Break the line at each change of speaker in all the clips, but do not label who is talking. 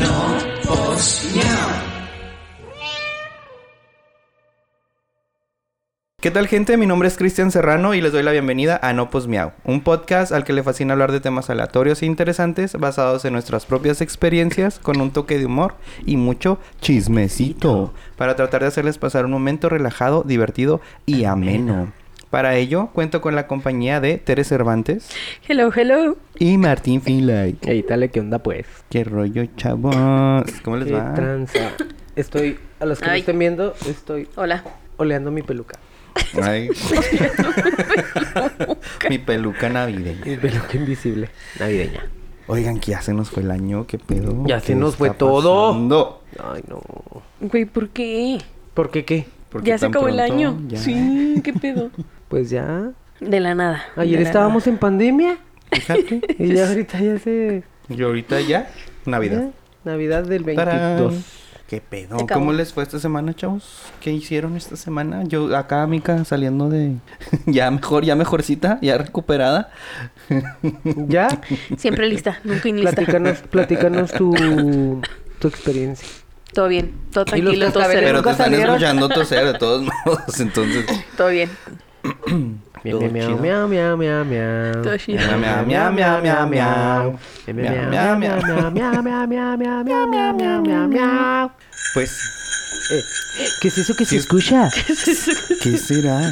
No os miau.
¿Qué tal gente? Mi nombre es Cristian Serrano y les doy la bienvenida a No Pos Miau, un podcast al que le fascina hablar de temas aleatorios e interesantes basados en nuestras propias experiencias con un toque de humor y mucho chismecito para tratar de hacerles pasar un momento relajado, divertido y ameno. Para ello, cuento con la compañía de Teres Cervantes
Hello, hello.
y Martín Finlay.
Ey, dale, ¿qué onda, pues?
¡Qué rollo, chavos! ¿Cómo les
¿Qué
va?
tranza? Estoy, a los que me
Ay.
estén viendo, estoy
Hola.
oleando mi peluca.
Ay, mi peluca navideña.
Mi peluca invisible, navideña.
Oigan, que ya se nos fue el año, qué pedo.
Ya se
¿Qué
nos fue
está
todo.
pasando?
Ay, no.
Güey, ¿por qué?
¿Por qué qué?
¿Por qué
Ya se
tan
acabó el
pronto?
año.
Ya.
Sí, qué pedo.
Pues ya.
De la nada.
Ayer
de la
estábamos en pandemia
Fíjate.
y ya ahorita ya se...
Y ahorita ya, Navidad.
¿eh? Navidad del
Tarán.
22.
¿Qué pedo?
Se acabó.
¿Cómo les fue esta semana, chavos? ¿Qué hicieron esta semana? Yo acá, Mica, saliendo de... ya mejor, ya mejorcita, ya recuperada.
Ya,
nada. Siempre lista, nunca inlista.
platícanos, platícanos tu, tu experiencia.
Todo bien, todo
Y
tranquilo,
los
todo
cascabeles
Pero te
sereno.
nunca
están
salieron.
escuchando toser de todos modos, entonces...
Todo bien.
Miau,
Todo
miau,
chido.
miau, miau, miau, miau.
Todo chido.
Miau, miau, miau, miau, miau. Miau, miau, miau.
Miau, miau, miau, miau, miau, miau, miau, miau, miau.
Pues,
Eh, ¿Qué es eso que
Sí.
se escucha?
¿qué será?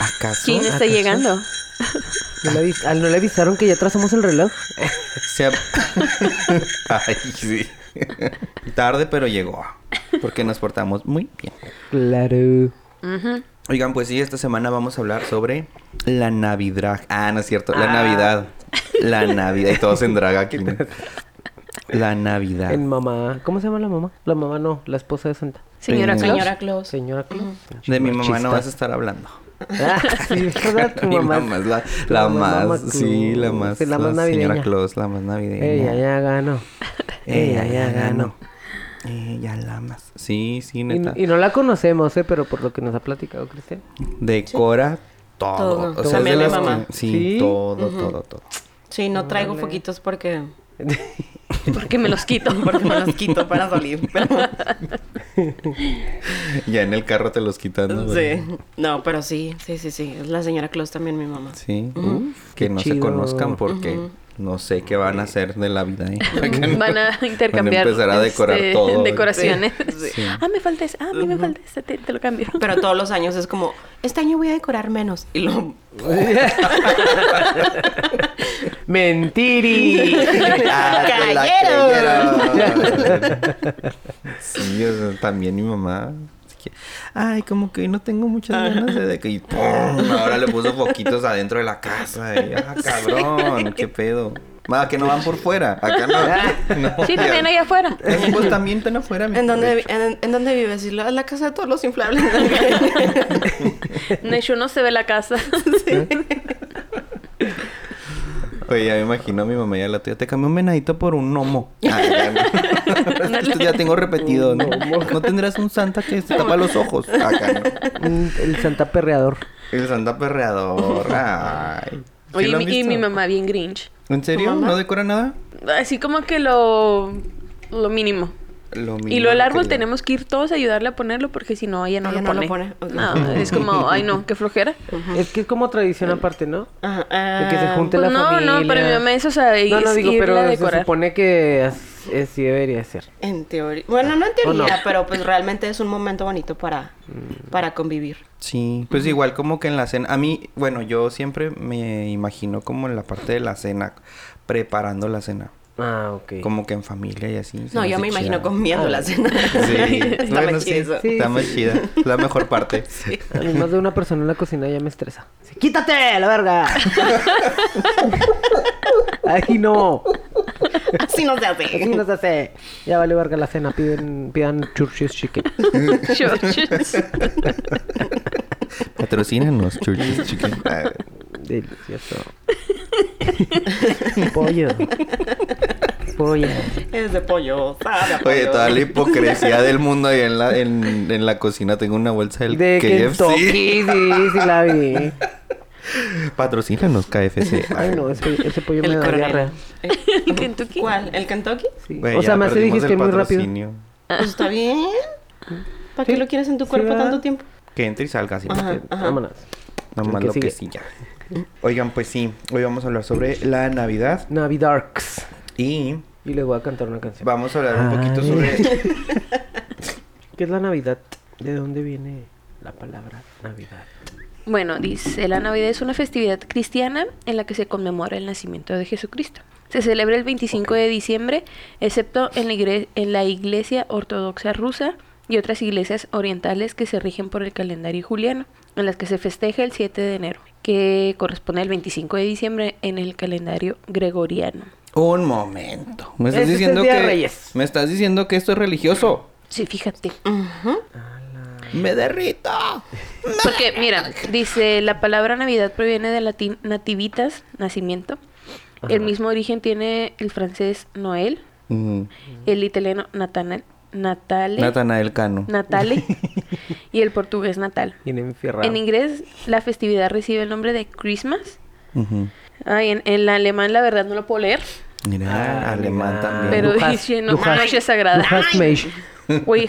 ¿Acaso
¿Quién está llegando?
¿No le, avis- ah, ¿no le avisaron que ya trazamos el reloj?
se ha- Ay, sí. Tarde, pero llegó. Porque nos portamos muy bien.
Claro.
Ujú.
Oigan, pues sí, esta semana vamos a hablar sobre la Navidad. Ah, no es cierto, la
Ah.
Navidad. La Navidad. Y todos en drag aquí. ¿no? La Navidad.
En mamá. ¿Cómo se llama la mamá? La mamá no, la esposa de Santa.
Señora
Eh,
Claus.
Señora Claus.
Señora Claus.
De mi mamá
Machista.
no vas a estar hablando.
Ah, sí, ¿verdad? Tu
Mi
mamá. es-
mamá es la, la
la
más,
mamá
sí, la
Claus,
más,
la
señora
más navideña.
Claus, la más navideña.
Ella ya ganó.
Ella ya ganó. Ella la más. Sí, sí, neta.
Y, y no la conocemos, ¿eh? Pero por lo que nos ha platicado Cristian.
Decora todo.
Todo.
O sea, es
También
de
mi
las que-
mamá.
Sí,
¿Sí?
todo, todo, todo.
Sí, no traigo foquitos porque,
Porque me los quito.
porque me los quito para salir. Pero...
Pues
Ya en el carro te los quitan. ¿no?
Sí. No, pero sí, sí, sí, sí. Es la señora Claus también, mi mamá.
Sí,
Ujú.
uf, que
Qué
no se
chido.
conozcan porque no sé qué van a hacer de la vida. ¿eh? Porque no-
Van a intercambiar.
Van a empezar a decorar
este,
todo.
Decoraciones.
Sí.
Sí.
Ah, me falta ese. Ah, a mí me falta ese. Te, te lo cambio.
Pero todos los años es como, este año voy a decorar menos. Y lo...
¡Mentiri!
¡Ah, te la
¡Caballero!
creyeron! sí, o sea, también mi mamá. así que, Ay, como que hoy no tengo muchas ganas de que... Y ¡pum! Ahora le puso foquitos adentro de la casa. y, ¡Ah, cabrón! ¡Qué pedo! Ah, que no van por fuera. Acá no. no
Sí, también allá afuera.
Pues también están afuera. mi-
¿En dónde, vi- en, en dónde vives? Y lo- en la casa de todos los inflables.
Neshu no se ve la casa.
Oye, ya me imagino a mi mamá y a la tuya. Te cambié un venadito por un gnomo. Ay, ya, no. Esto ya tengo repetido. ¿no? No tendrás un santa que se tapa los ojos. Acá, ¿no?
Mm, El Santa Perreador.
El santa perreador. Ay. ¿Sí
Oye,
lo
y
han
mi- y
visto?
mi mamá bien grinch.
¿En serio? ¿No decora nada?
Así como que lo, lo mínimo.
Lo
y
mismo
lo del árbol
que-
tenemos que ir todos a ayudarle a ponerlo porque si no, ella no,
Ella
lo,
no lo
pone.
pone.
No, es como, ay no, qué flojera.
Es que es como tradición aparte, ¿no?
Ajá,
De que se
ah,
junte
Pues
la
no,
familia.
no, pero mi mamá es, o sea,
No, no,
es
digo,
irla
pero
a
se
decorar.
supone que as- es- sí debería ser.
En teoría. Bueno, no en teoría,
Ah, no? Mm.
pero pues realmente es un momento bonito para, para convivir.
Sí, pues igual como que en la cena. A mí, bueno, yo siempre me imagino como en la parte de la cena, preparando la cena.
Ah, ok.
Como que en familia y así. se
No, yo
hace
me imagino
chida.
comiendo la cena.
Sí,
Está
bueno,
más
sí,
chido.
Ah, Sí,
Está más
sí.
chida. La mejor parte.
A mí más de una persona en la cocina ya me estresa. Sí, ¡Quítate, la verga! ¡Ay, no!
Así no se
Así
hace.
no se hace. Ya vale verga la cena. Piden, pidan churches chicken.
Churches.
Patrocínanos, churches, chicken.
Delicioso. Pollo. Pollo.
Es de pollo, sabe a
Oye,
pollo.
toda la hipocresía del mundo ahí en la, en, en la cocina. Tengo una bolsa del
De
KFC.
Kentucky, sí, sí la vi.
Patrocínanos, KFC.
Ay, no, ese, ese pollo me
El
da
coronel.
diarrea.
Eh,
¿Kentucky?
¿Cuál? ¿El Kentucky?
Sí.
Güey,
o
ya
sea, me hace
perdimos
dijiste
el
muy rápido.
patrocinio.
Pues está bien. ¿Para
Sí.
qué lo quieres en tu
Sí,
cuerpo
¿verdad?
tanto tiempo?
Que entre y salga así.
Ajá.
porque
Vámonos. El
Nomás
que
lo que
sigue.
sí ya. Oigan, pues sí. Hoy vamos a hablar sobre la Navidad.
Navidarks.
Y
Y les voy a cantar una canción.
vamos a hablar un poquito
Ay.
sobre...
¿Qué es la Navidad? ¿De dónde viene la palabra Navidad?
Bueno, dice, la Navidad es una festividad cristiana en la que se conmemora el nacimiento de Jesucristo. Se celebra el 25 de diciembre, excepto en la, igre- en la Iglesia Ortodoxa Rusa y otras iglesias orientales que se rigen por el calendario juliano, en las que se festeja el 7 de enero, que corresponde al 25 de diciembre en el calendario gregoriano.
Un momento. Me estás
Ese Este es el
diciendo
Día de
que...
Reyes.
Me estás diciendo que esto es religioso.
Sí, fíjate.
Ujú.
¡Me derrito!
Porque, mira, dice, la palabra Navidad proviene del latín nativitas, nacimiento. El
Ajá.
mismo origen tiene el francés Noel,
Mm.
el italiano Natana- Natale,
Natanael Cano.
Natale y el portugués Natal.
Viene enfierrado.
En inglés, la festividad recibe el nombre de Christmas.
Ujú.
Ay, en, en alemán, la verdad, no lo puedo leer.
Mira,
Ah,
alemán
mira.
también.
Pero
Du hast-
dice, no,
du hast-
noche sagrada.
du hast Mensch.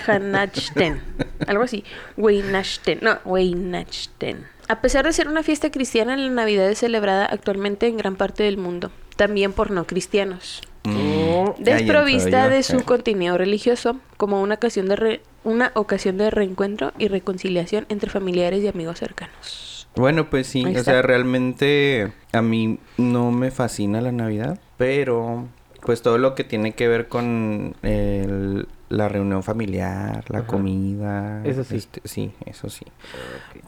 Weihnachten. Algo así. Weihnachten. No, Weihnachten. A pesar de ser una fiesta cristiana, la Navidad es celebrada actualmente en gran parte del mundo, también por no cristianos.
Mm.
Desprovista
Ahí
de
entro
su
yo.
contenido religioso, como una ocasión de re- una ocasión de reencuentro y reconciliación entre familiares y amigos cercanos.
Bueno, pues sí,
Ahí
o
está.
sea, realmente a mí no me fascina la Navidad, pero pues todo lo que tiene que ver con el- la reunión familiar, la
Ajá.
comida.
Eso sí.
este, sí, eso sí.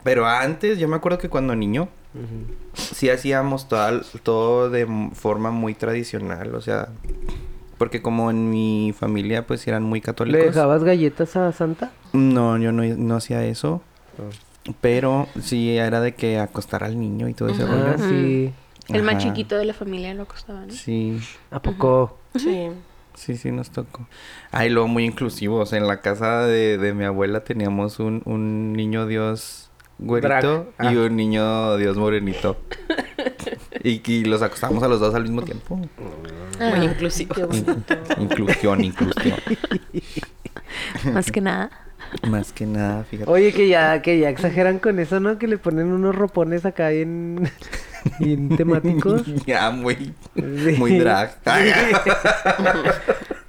Pero antes, yo me acuerdo que cuando niño,
Ujú.
sí hacíamos toda- todo de m- forma muy tradicional, o sea, porque como en mi familia pues eran muy
¿Le
católicos.
dejabas galletas a Santa?
No, yo no, no hacía eso.
Ah.
Pero sí era de que acostar al niño y todo ese rollo.
Ah, sí.
El más
Ajá.
chiquito de la familia lo acostaba, ¿no?
Sí,
¿A poco?
Sí.
sí, sí, nos tocó. Ay, luego muy inclusivo. O sea, en la casa de, de mi abuela teníamos un, un niño Dios güerito
Drag.
y
Ah.
un niño Dios morenito. y, y los acostamos a los dos al mismo tiempo.
Ah,
Muy inclusivo.
qué bonito.
In- inclusión, inclusión.
Más que nada.
Más que nada, fíjate.
Oye, que ya, que ya exageran con eso, ¿no? Que le ponen unos ropones acá bien, bien temáticos.
ya, muy,
Sí.
muy drag. Ay,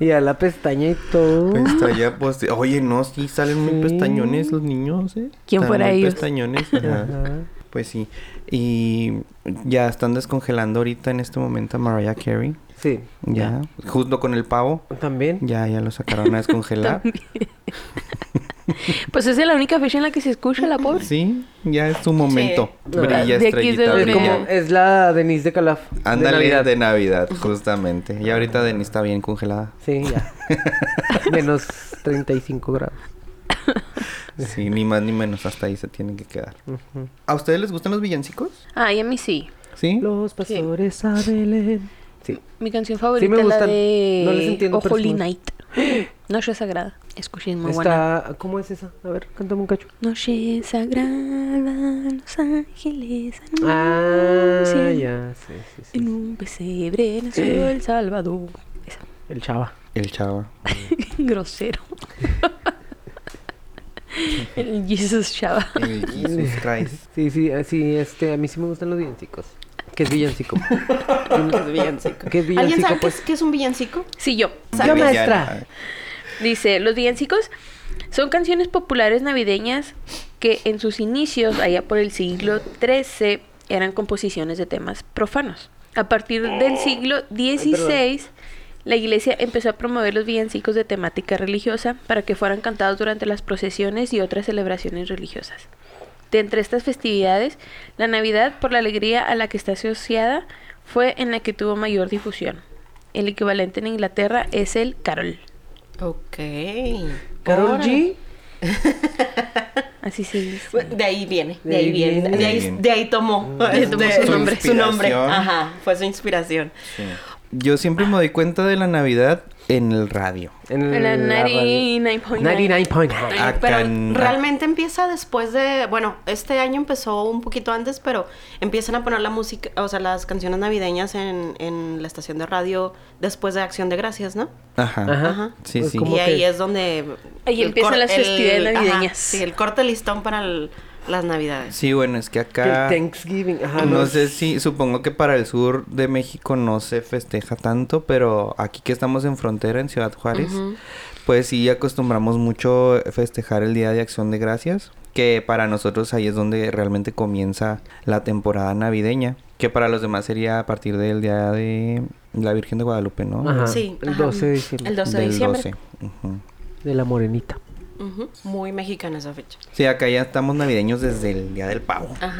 Y a la pestaña y todo.
Pestaña, pues, oye, no, sí salen muy
Sí.
pestañones los niños, ¿eh?
¿Quién
Están
fuera
muy
ellos?
pestañones, ajá.
Ajá.
Pues sí. Y ya están descongelando ahorita en este momento a Mariah Carey.
Sí.
Ya. Junto con el pavo.
También.
Ya, ya lo sacaron a descongelar.
Pues esa es la única fecha en la que se escucha la pobre.
sí, ya es su momento.
Sí.
Brilla
De aquí es
estrellita,
de
Es
donde-
como,
brilla.
Navidad.
es la Denise de Calaf. de
Ándale
Navidad.
de Navidad, justamente. Y ahorita Denis está bien congelada.
Sí, ya. Menos 35 grados.
Sí, ni más ni menos, hasta ahí se tienen que quedar.
Ujú.
¿A ustedes les gustan los villancicos?
Ay, Ah, a mí sí.
Sí.
Los pastores a Belén. Sí.
Mi canción favorita
me
es la
gustan.
de
No les entiendo, pero
Holy
sí me
Night. Noche sagrada. Escuché, es muy buena.
Está... ¿Cómo es esa? A ver, cántame un cacho.
Noche sagrada, los ángeles
Ah,
anuncian.
ya. Sí, sí, sí.
En un pesebre nació el Salvador. Esa.
El chava.
El chava.
Grosero. el Jesus Shaba.
El Jesus Christ.
Sí, sí, así, este, a mí sí me gustan los villancicos. ¿Qué es villancico?
Que es villancico.
¿Qué es
¿Alguien
villancico,
sabe qué
pues?
es, qué es un villancico?
Sí, yo.
De
Yo,
villana.
maestra.
Dice, los villancicos son canciones populares navideñas que en sus inicios, allá por el siglo XIII, eran composiciones de temas profanos. A partir del siglo XVI, la iglesia empezó a promover los villancicos de temática religiosa para que fueran cantados durante las procesiones y otras celebraciones religiosas. De entre estas festividades, la Navidad, por la alegría a la que está asociada, fue en la que tuvo mayor difusión. El equivalente en Inglaterra es el carol.
Ok.
Carol
Órale.
G.
Así se dice.
De ahí viene, de,
De
ahí
ahí
viene,
viene.
De, ahí, de ahí tomó,
ahí tomó
este,
su nombre.
su nombre.
inspiración.
Ajá, fue su inspiración.
Sí. Yo siempre me doy cuenta de la Navidad en el radio.
En la
radio.
99.9.
99.9.
Acá
Pero
en-
realmente empieza después de, bueno, este año empezó un poquito antes, pero empiezan a poner la música, o sea, las canciones navideñas en, en la estación de radio después de Acción de Gracias, ¿no?
Ajá.
Ajá.
Ajá.
Sí,
Pues
sí.
como
Y ahí
que-
es donde...
Ahí
el
empiezan
cor-
las
el-
festividades
ajá,
navideñas.
sí, el corte listón para el- las navidades.
Sí, bueno, es que
Que el
acá...
Thanksgiving. Ajá,
No sé si, supongo que para el sur de México no se festeja tanto, pero aquí que estamos en frontera, en Ciudad Juárez, pues sí acostumbramos mucho festejar el Día de Acción de Gracias, que para nosotros ahí es donde realmente comienza la temporada navideña, que para los demás sería a partir del Día de la Virgen de Guadalupe, ¿no?
Ajá.
Sí,
Ah, El
ajá.
12 de diciembre.
El 12 de
Del
diciembre.
12, ujú.
De la morenita.
Ujú, Muy mexicana esa fecha.
Sí, acá ya estamos navideños desde el Día del Pavo.
Ajá.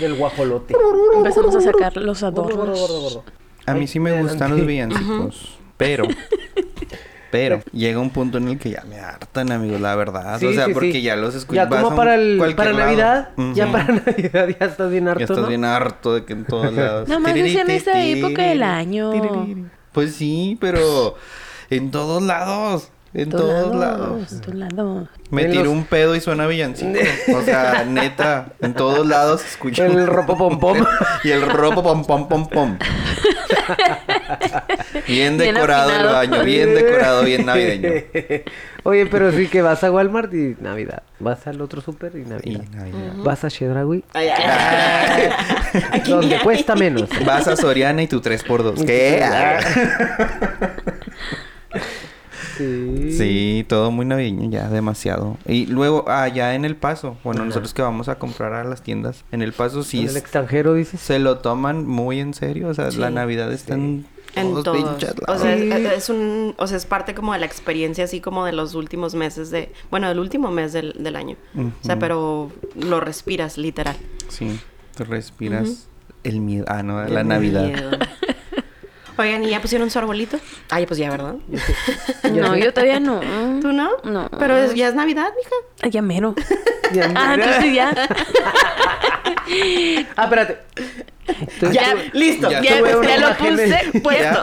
Del guajolote.
Empezamos a sacar los adornos.
A mí sí me
Ay,
gustan
adelante.
los villancicos, pero... Pero llega un punto en el que ya me hartan, amigos, la
Ah,
verdad. o sea, porque ya los escucho.
Ya como para, el, para Navidad, ya para
para
Navidad ya estás bien harto,
Ya estás
¿no?
bien harto de que en todos lados.
Nada más es en esa
Tiririri,
época del año.
tiririri. Pues sí, pero en todos lados. En todos lados.
En todos lados.
Me
En
tiro
los-
un pedo y suena villancico. o sea, neta, en todos lados escucho.
El ropopompom.
y el ropo pom pom pom pom. Bien
Bien
decorado el
afinado.
baño, bien decorado, bien navideño.
Oye, pero sí que vas a Walmart y Navidad. Vas al otro súper y
Y
Navidad.
Navidad.
Vas a Chedraui,
Ay, ay, ay. Aquí ni
donde
hay.
cuesta menos.
Vas a Soriana y tu 3x2. ¿Qué?
Sí.
Sí, todo muy navideño ya, demasiado. Y luego, allá en El Paso, bueno, nosotros que vamos a comprar a las tiendas, en El Paso sí
En el
es-
extranjero dices.
se lo toman muy en serio. O sea, la Navidad está en
En
todos
todos.
pinches
O
lados.
sea, es, es un, o sea, es parte como de la experiencia, así como de los últimos meses de, bueno, del último mes del, del año. O sea,
Ujú.
pero lo respiras, literal.
Sí, te respiras el miedo. Ah, no, la
El
Navidad.
miedo. Oigan, ¿y ya pusieron su arbolito? Ay, pues ya, ¿verdad?
No, yo todavía no.
¿Tú no?
No.
Pero es- ya es Navidad, mija.
Ah, Ya mero.
Ya-
Ah, entonces ya.
Ah, espérate. Entonces,
Ya,
Listo.
Ya
Ya,
tuve
pues,
una
ya lo
imagen
puse
de-
puesto.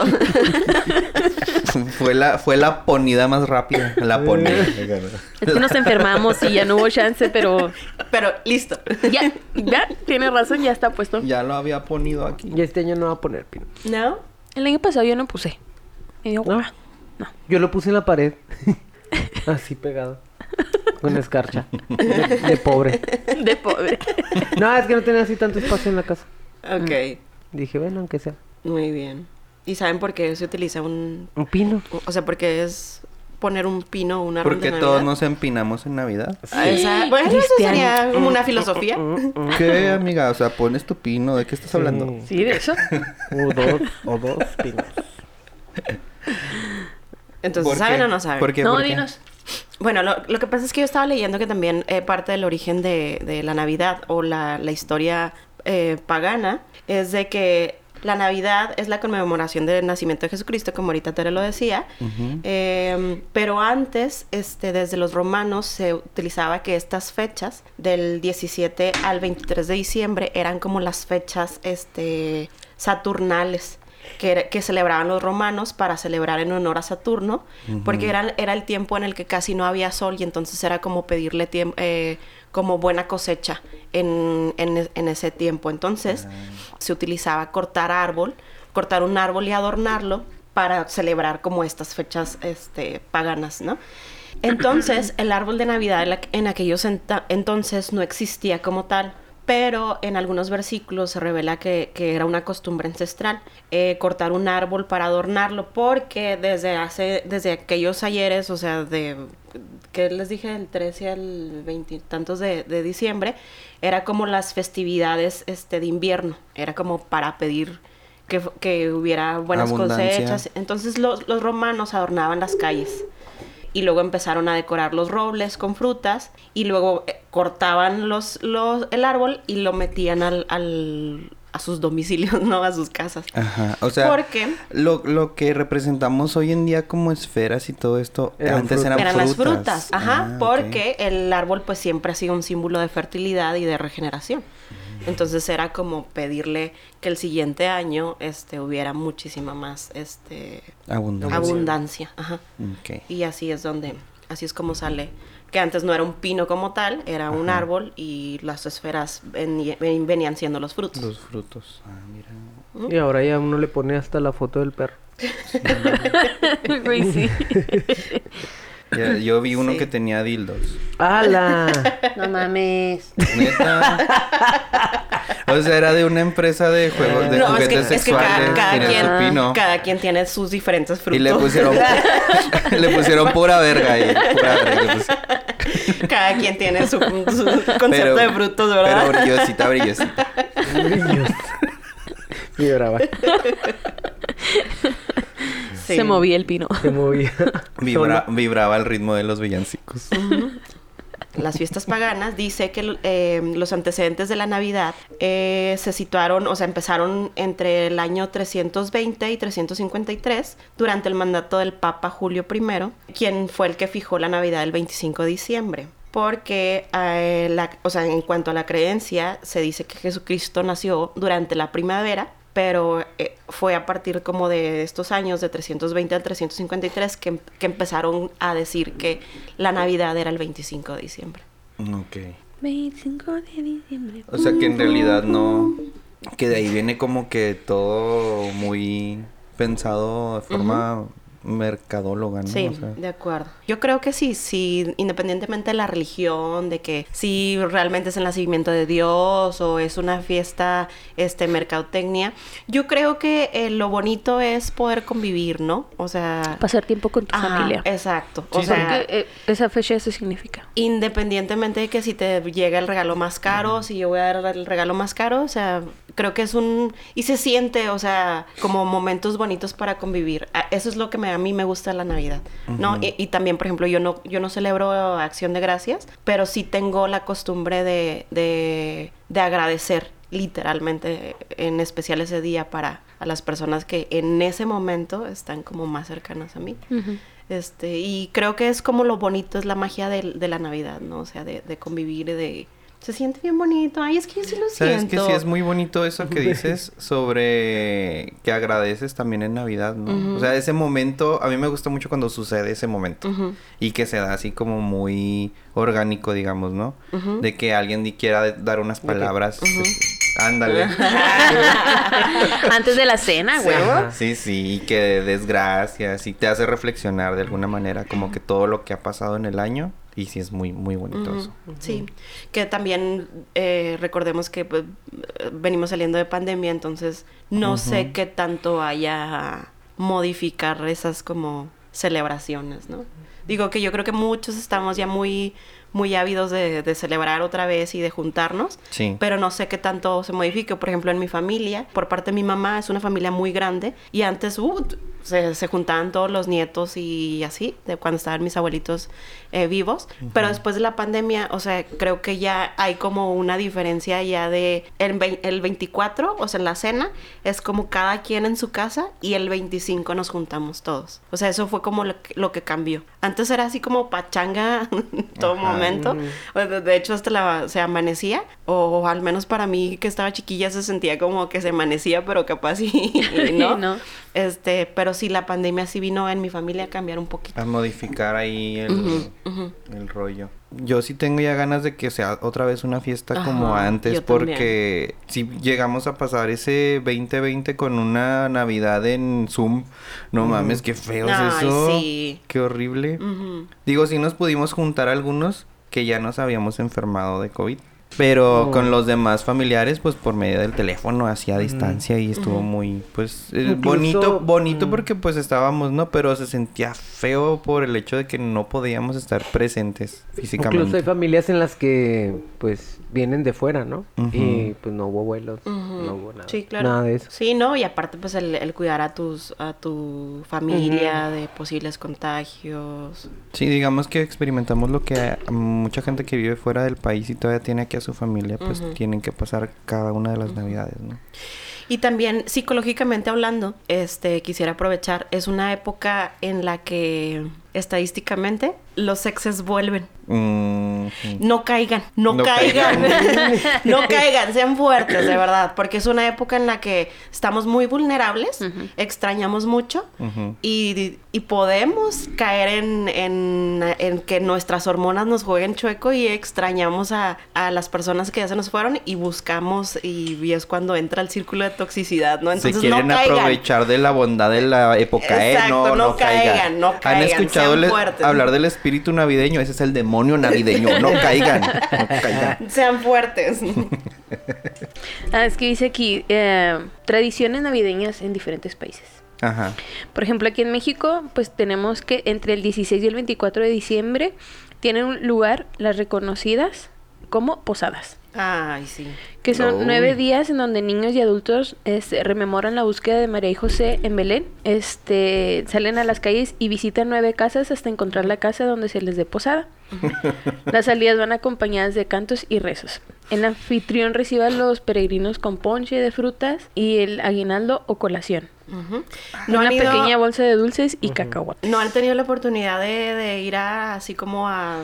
fue, la, fue la ponida más rápida. La ponida.
Es que nos enfermamos y ya no hubo chance, pero
Pero listo.
ya, ya, tiene razón, ya está puesto.
ya lo había ponido aquí.
Y este año no va a poner pino.
¿No?
El año pasado yo no puse. Me dio
¿No?
hueva. No.
Yo lo puse en la pared. Así pegado. Con escarcha. De, de pobre.
De pobre.
No, es que no tenía así tanto espacio en la casa.
Ok.
Dije, bueno, aunque sea.
Muy bien. ¿Y saben por qué se utiliza un...
Un pino.
O sea, por qué es poner un pino o un árbol
Porque
de
todos
Navidad?
nos empinamos en Navidad.
Ah, esa- Bueno, eso
Cristiano.
sería como una filosofía.
¿Qué, amiga? O sea, pones tu pino. ¿De qué estás hablando?
Sí.
Sí, de eso.
O dos, o dos pinos.
Entonces,
¿Por
¿saben
qué?
o no saben?
¿Por qué?
No,
¿Por qué?
dinos.
Bueno, lo, lo que pasa es que yo estaba leyendo que también eh, parte del origen de, de la Navidad o la, la historia eh, pagana es de que la Navidad es la conmemoración del nacimiento de Jesucristo, como ahorita Tere lo decía.
Ujú.
Eh, pero antes, este, desde los romanos, se utilizaba que estas fechas, del 17 al 23 de diciembre, eran como las fechas este, saturnales que, era- que celebraban los romanos para celebrar en honor a Saturno, porque era, era el tiempo en el que casi no había sol y entonces era como pedirle tiempo. como buena cosecha en, en e- en ese tiempo. Entonces se utilizaba cortar árbol, cortar un árbol y adornarlo para celebrar como estas fechas este, paganas, ¿no? Entonces, el árbol de Navidad en la- en aquellos enta- entonces no existía como tal, pero en algunos versículos se revela que, que era una costumbre ancestral eh, cortar un árbol para adornarlo, porque desde hace, desde aquellos ayeres, o sea, de, que les dije? El 13 al 20 tantos de, de diciembre, era como las festividades este, de invierno, era como para pedir que, fu- que hubiera buenas
Abundancia.
cosechas. Entonces los, los romanos adornaban las calles y luego empezaron a decorar los robles con frutas y luego eh, cortaban los, los el árbol y lo metían al, al- a sus domicilios, no a sus casas.
Ajá. O sea,
¿Por qué?
Lo, lo que representamos hoy en día como esferas y todo esto,
Eran
antes
frutas.
eran,
Eran
frutas.
las frutas, ajá,
Ah, ok.
porque el árbol pues siempre ha sido un símbolo de fertilidad y de regeneración.
Mm.
Entonces era como pedirle que el siguiente año este, hubiera muchísima más este,
Abundancia.
abundancia. Ajá.
Ok.
Y así es donde, así es como sale. Que antes no era un pino como tal, era un
Ajá.
árbol y las esferas veni- ven- venían siendo los frutos.
Los frutos. Ah, mira.
Y ahora ya uno le pone hasta la foto del perro.
Güey, sí.
Ya, yo vi uno
Sí.
que tenía dildos.
¡Hala!
No mames.
Neta. o sea, era de una empresa de juegos de
Eh, No, es que,
juguetes
es que
sexuales.
cada, cada
tenía
quien,
su pino.
cada quien tiene sus diferentes frutos.
Y le pusieron le pusieron pura verga ahí. Pura verga. le pusieron.
cada quien tiene su, su concepto
Pero-
de frutos, ¿verdad?
Pero brillosita, brillosita.
Dios. Vibraba.
Sí.
Se movía el pino.
Se movía.
Vibra- vibraba al ritmo de los villancicos.
las fiestas paganas, dice que l- eh, los antecedentes de la Navidad eh, se situaron, o sea, empezaron entre el año 320 y 353, durante el mandato del Papa Julio I, quien fue el que fijó la Navidad el 25 de diciembre. Porque, eh, la- o sea, en cuanto a la creencia, se dice que Jesucristo nació durante la primavera, pero eh, fue a partir como de estos años, de 320 al 353, que, em- que empezaron a decir que la Navidad era el 25 de diciembre.
Ok.
25 de diciembre. Mm.
O sea que en realidad no. Que de ahí viene como que todo muy pensado de forma mercadóloga,
Ah,
¿no?
Sí,
O sea,
de acuerdo. Yo creo que sí, sí, independientemente de la religión, de que si realmente es el nacimiento de Dios o es una fiesta, este, mercadotecnia, yo creo que eh, lo bonito es poder convivir, ¿no? O sea...
Pasar tiempo con tu
ajá,
familia.
Exacto. o
Porque
sea,
eh, esa fecha eso significa.
independientemente de que si te llega el regalo más caro, si yo voy a dar el regalo más caro, o sea, creo que es un... Y se siente, o sea, como momentos bonitos para convivir. A- Eso es lo que me- a mí me gusta de la Navidad, ¿no? y, y también, por ejemplo, yo no, yo no celebro Acción de Gracias, pero sí tengo la costumbre de, de, de agradecer literalmente, en especial ese día para a las personas que en ese momento están como más cercanas a mí. Este, y creo que es como lo bonito, es la magia del- de, la Navidad, ¿no? O sea, de, de convivir, de... Se siente bien bonito. Ay, es que yo sí lo
Sabes
siento.
que sí es muy bonito eso que dices sobre que agradeces también en Navidad, ¿no? O sea, ese momento, a mí me gusta mucho cuando sucede ese momento
Ujú.
y que se da así como muy orgánico, digamos, ¿no?
Ujú.
De que alguien di- quiera de- dar unas palabras. pues, Ándale.
Antes de la cena,
Sí,
huevo.
ajá. Sí, sí, y que desgracias y te hace reflexionar de alguna manera como que todo lo que ha pasado en el año y sí es muy, muy bonito
Ujú,
eso.
Sí, que también eh, recordemos que pues, eh, venimos saliendo de pandemia, entonces no sé qué tanto haya a modificar esas como celebraciones, ¿no? Digo que yo creo que muchos estamos ya muy, muy ávidos de, de celebrar otra vez y de juntarnos,
Sí.
pero no sé qué tanto se modifique. Por ejemplo, en mi familia, por parte de mi mamá, es una familia muy grande y antes uh, se, se juntaban todos los nietos y así, de cuando estaban mis abuelitos eh, vivos. Pero después de la pandemia, o sea, creo que ya hay como una diferencia ya de el, vein- el 24, o sea, en la cena, es como cada quien en su casa y el 25 nos juntamos todos. O sea, eso fue como lo que, lo que cambió. Antes era así como pachanga en todo
Ajá.
momento.
Mm.
O de- De hecho, hasta la, se amanecía, o al menos para mí que estaba chiquilla se sentía como que se amanecía, pero capaz y, y no.
No.
Este, pero sí, la pandemia sí vino en mi familia a cambiar un poquito.
A modificar ahí el,
Ujú, ujú.
el rollo. Yo sí tengo ya ganas de que sea otra vez una fiesta
Ajá,
como antes,
yo también.
porque si llegamos a pasar ese 2020 con una Navidad en Zoom, no mames, qué feo
Ay,
es eso.
sí.
Qué horrible.
Ujú.
Digo, sí nos pudimos juntar algunos que ya nos habíamos enfermado de COVID. Pero
Oh.
con los demás familiares, pues por medio del teléfono, así a distancia y estuvo muy, pues, eh,
Incluso-
bonito, bonito
mm.
porque pues estábamos, ¿no? Pero se sentía feo por el hecho de que no podíamos estar presentes físicamente.
Incluso hay familias en las que, pues, vienen de fuera, ¿no?
Ujú.
Y, pues, no hubo vuelos,
Ujú.
no hubo nada.
Sí, claro.
Nada de eso.
Sí, ¿no? Y aparte, pues, el, el cuidar a tus, a tu familia de posibles contagios.
Sí, digamos que experimentamos lo que a- mucha gente que vive fuera del país y todavía tiene aquí a su familia, pues tienen que pasar cada una de las navidades, ¿no?
Y también psicológicamente hablando, este quisiera aprovechar, es una época en la que estadísticamente, los exes vuelven.
Mm, ujú.
No caigan, no,
No
caigan.
caigan.
no caigan, sean fuertes, de verdad. Porque es una época en la que estamos muy vulnerables,
Ujú.
extrañamos mucho
Ujú.
y, y podemos caer en, en- en que nuestras hormonas nos jueguen chueco y extrañamos a, a las personas que ya se nos fueron y buscamos y, y es cuando entra el círculo de toxicidad, ¿no?
Se
Entonces
quieren
no caigan.
aprovechar de la bondad de la época, ¿eh? No,
Exacto,
no,
no caigan, no
¿Han
caigan,
escuchado
sean
el-
fuertes.
hablar del espíritu navideño? Ese es el demonio navideño. No caigan. No caigan.
Sean fuertes.
Ah, es que dice aquí eh, tradiciones navideñas en diferentes países.
Ajá.
Por ejemplo, aquí en México, pues tenemos que entre el 16 y el 24 de diciembre tienen un lugar las reconocidas como posadas,
Ay, sí.
que son
Uy.
nueve días en donde niños y adultos este, rememoran la búsqueda de María y José en Belén. Este, salen a las calles y visitan nueve casas hasta encontrar la casa donde se les dé posada. Las salidas van acompañadas de cantos y rezos. El anfitrión recibe a los peregrinos con ponche de frutas y el aguinaldo o colación.
Ujú.
Ah, una
han ido-
pequeña bolsa de dulces y cacahuates.
No han tenido la oportunidad de, de ir a, así como a,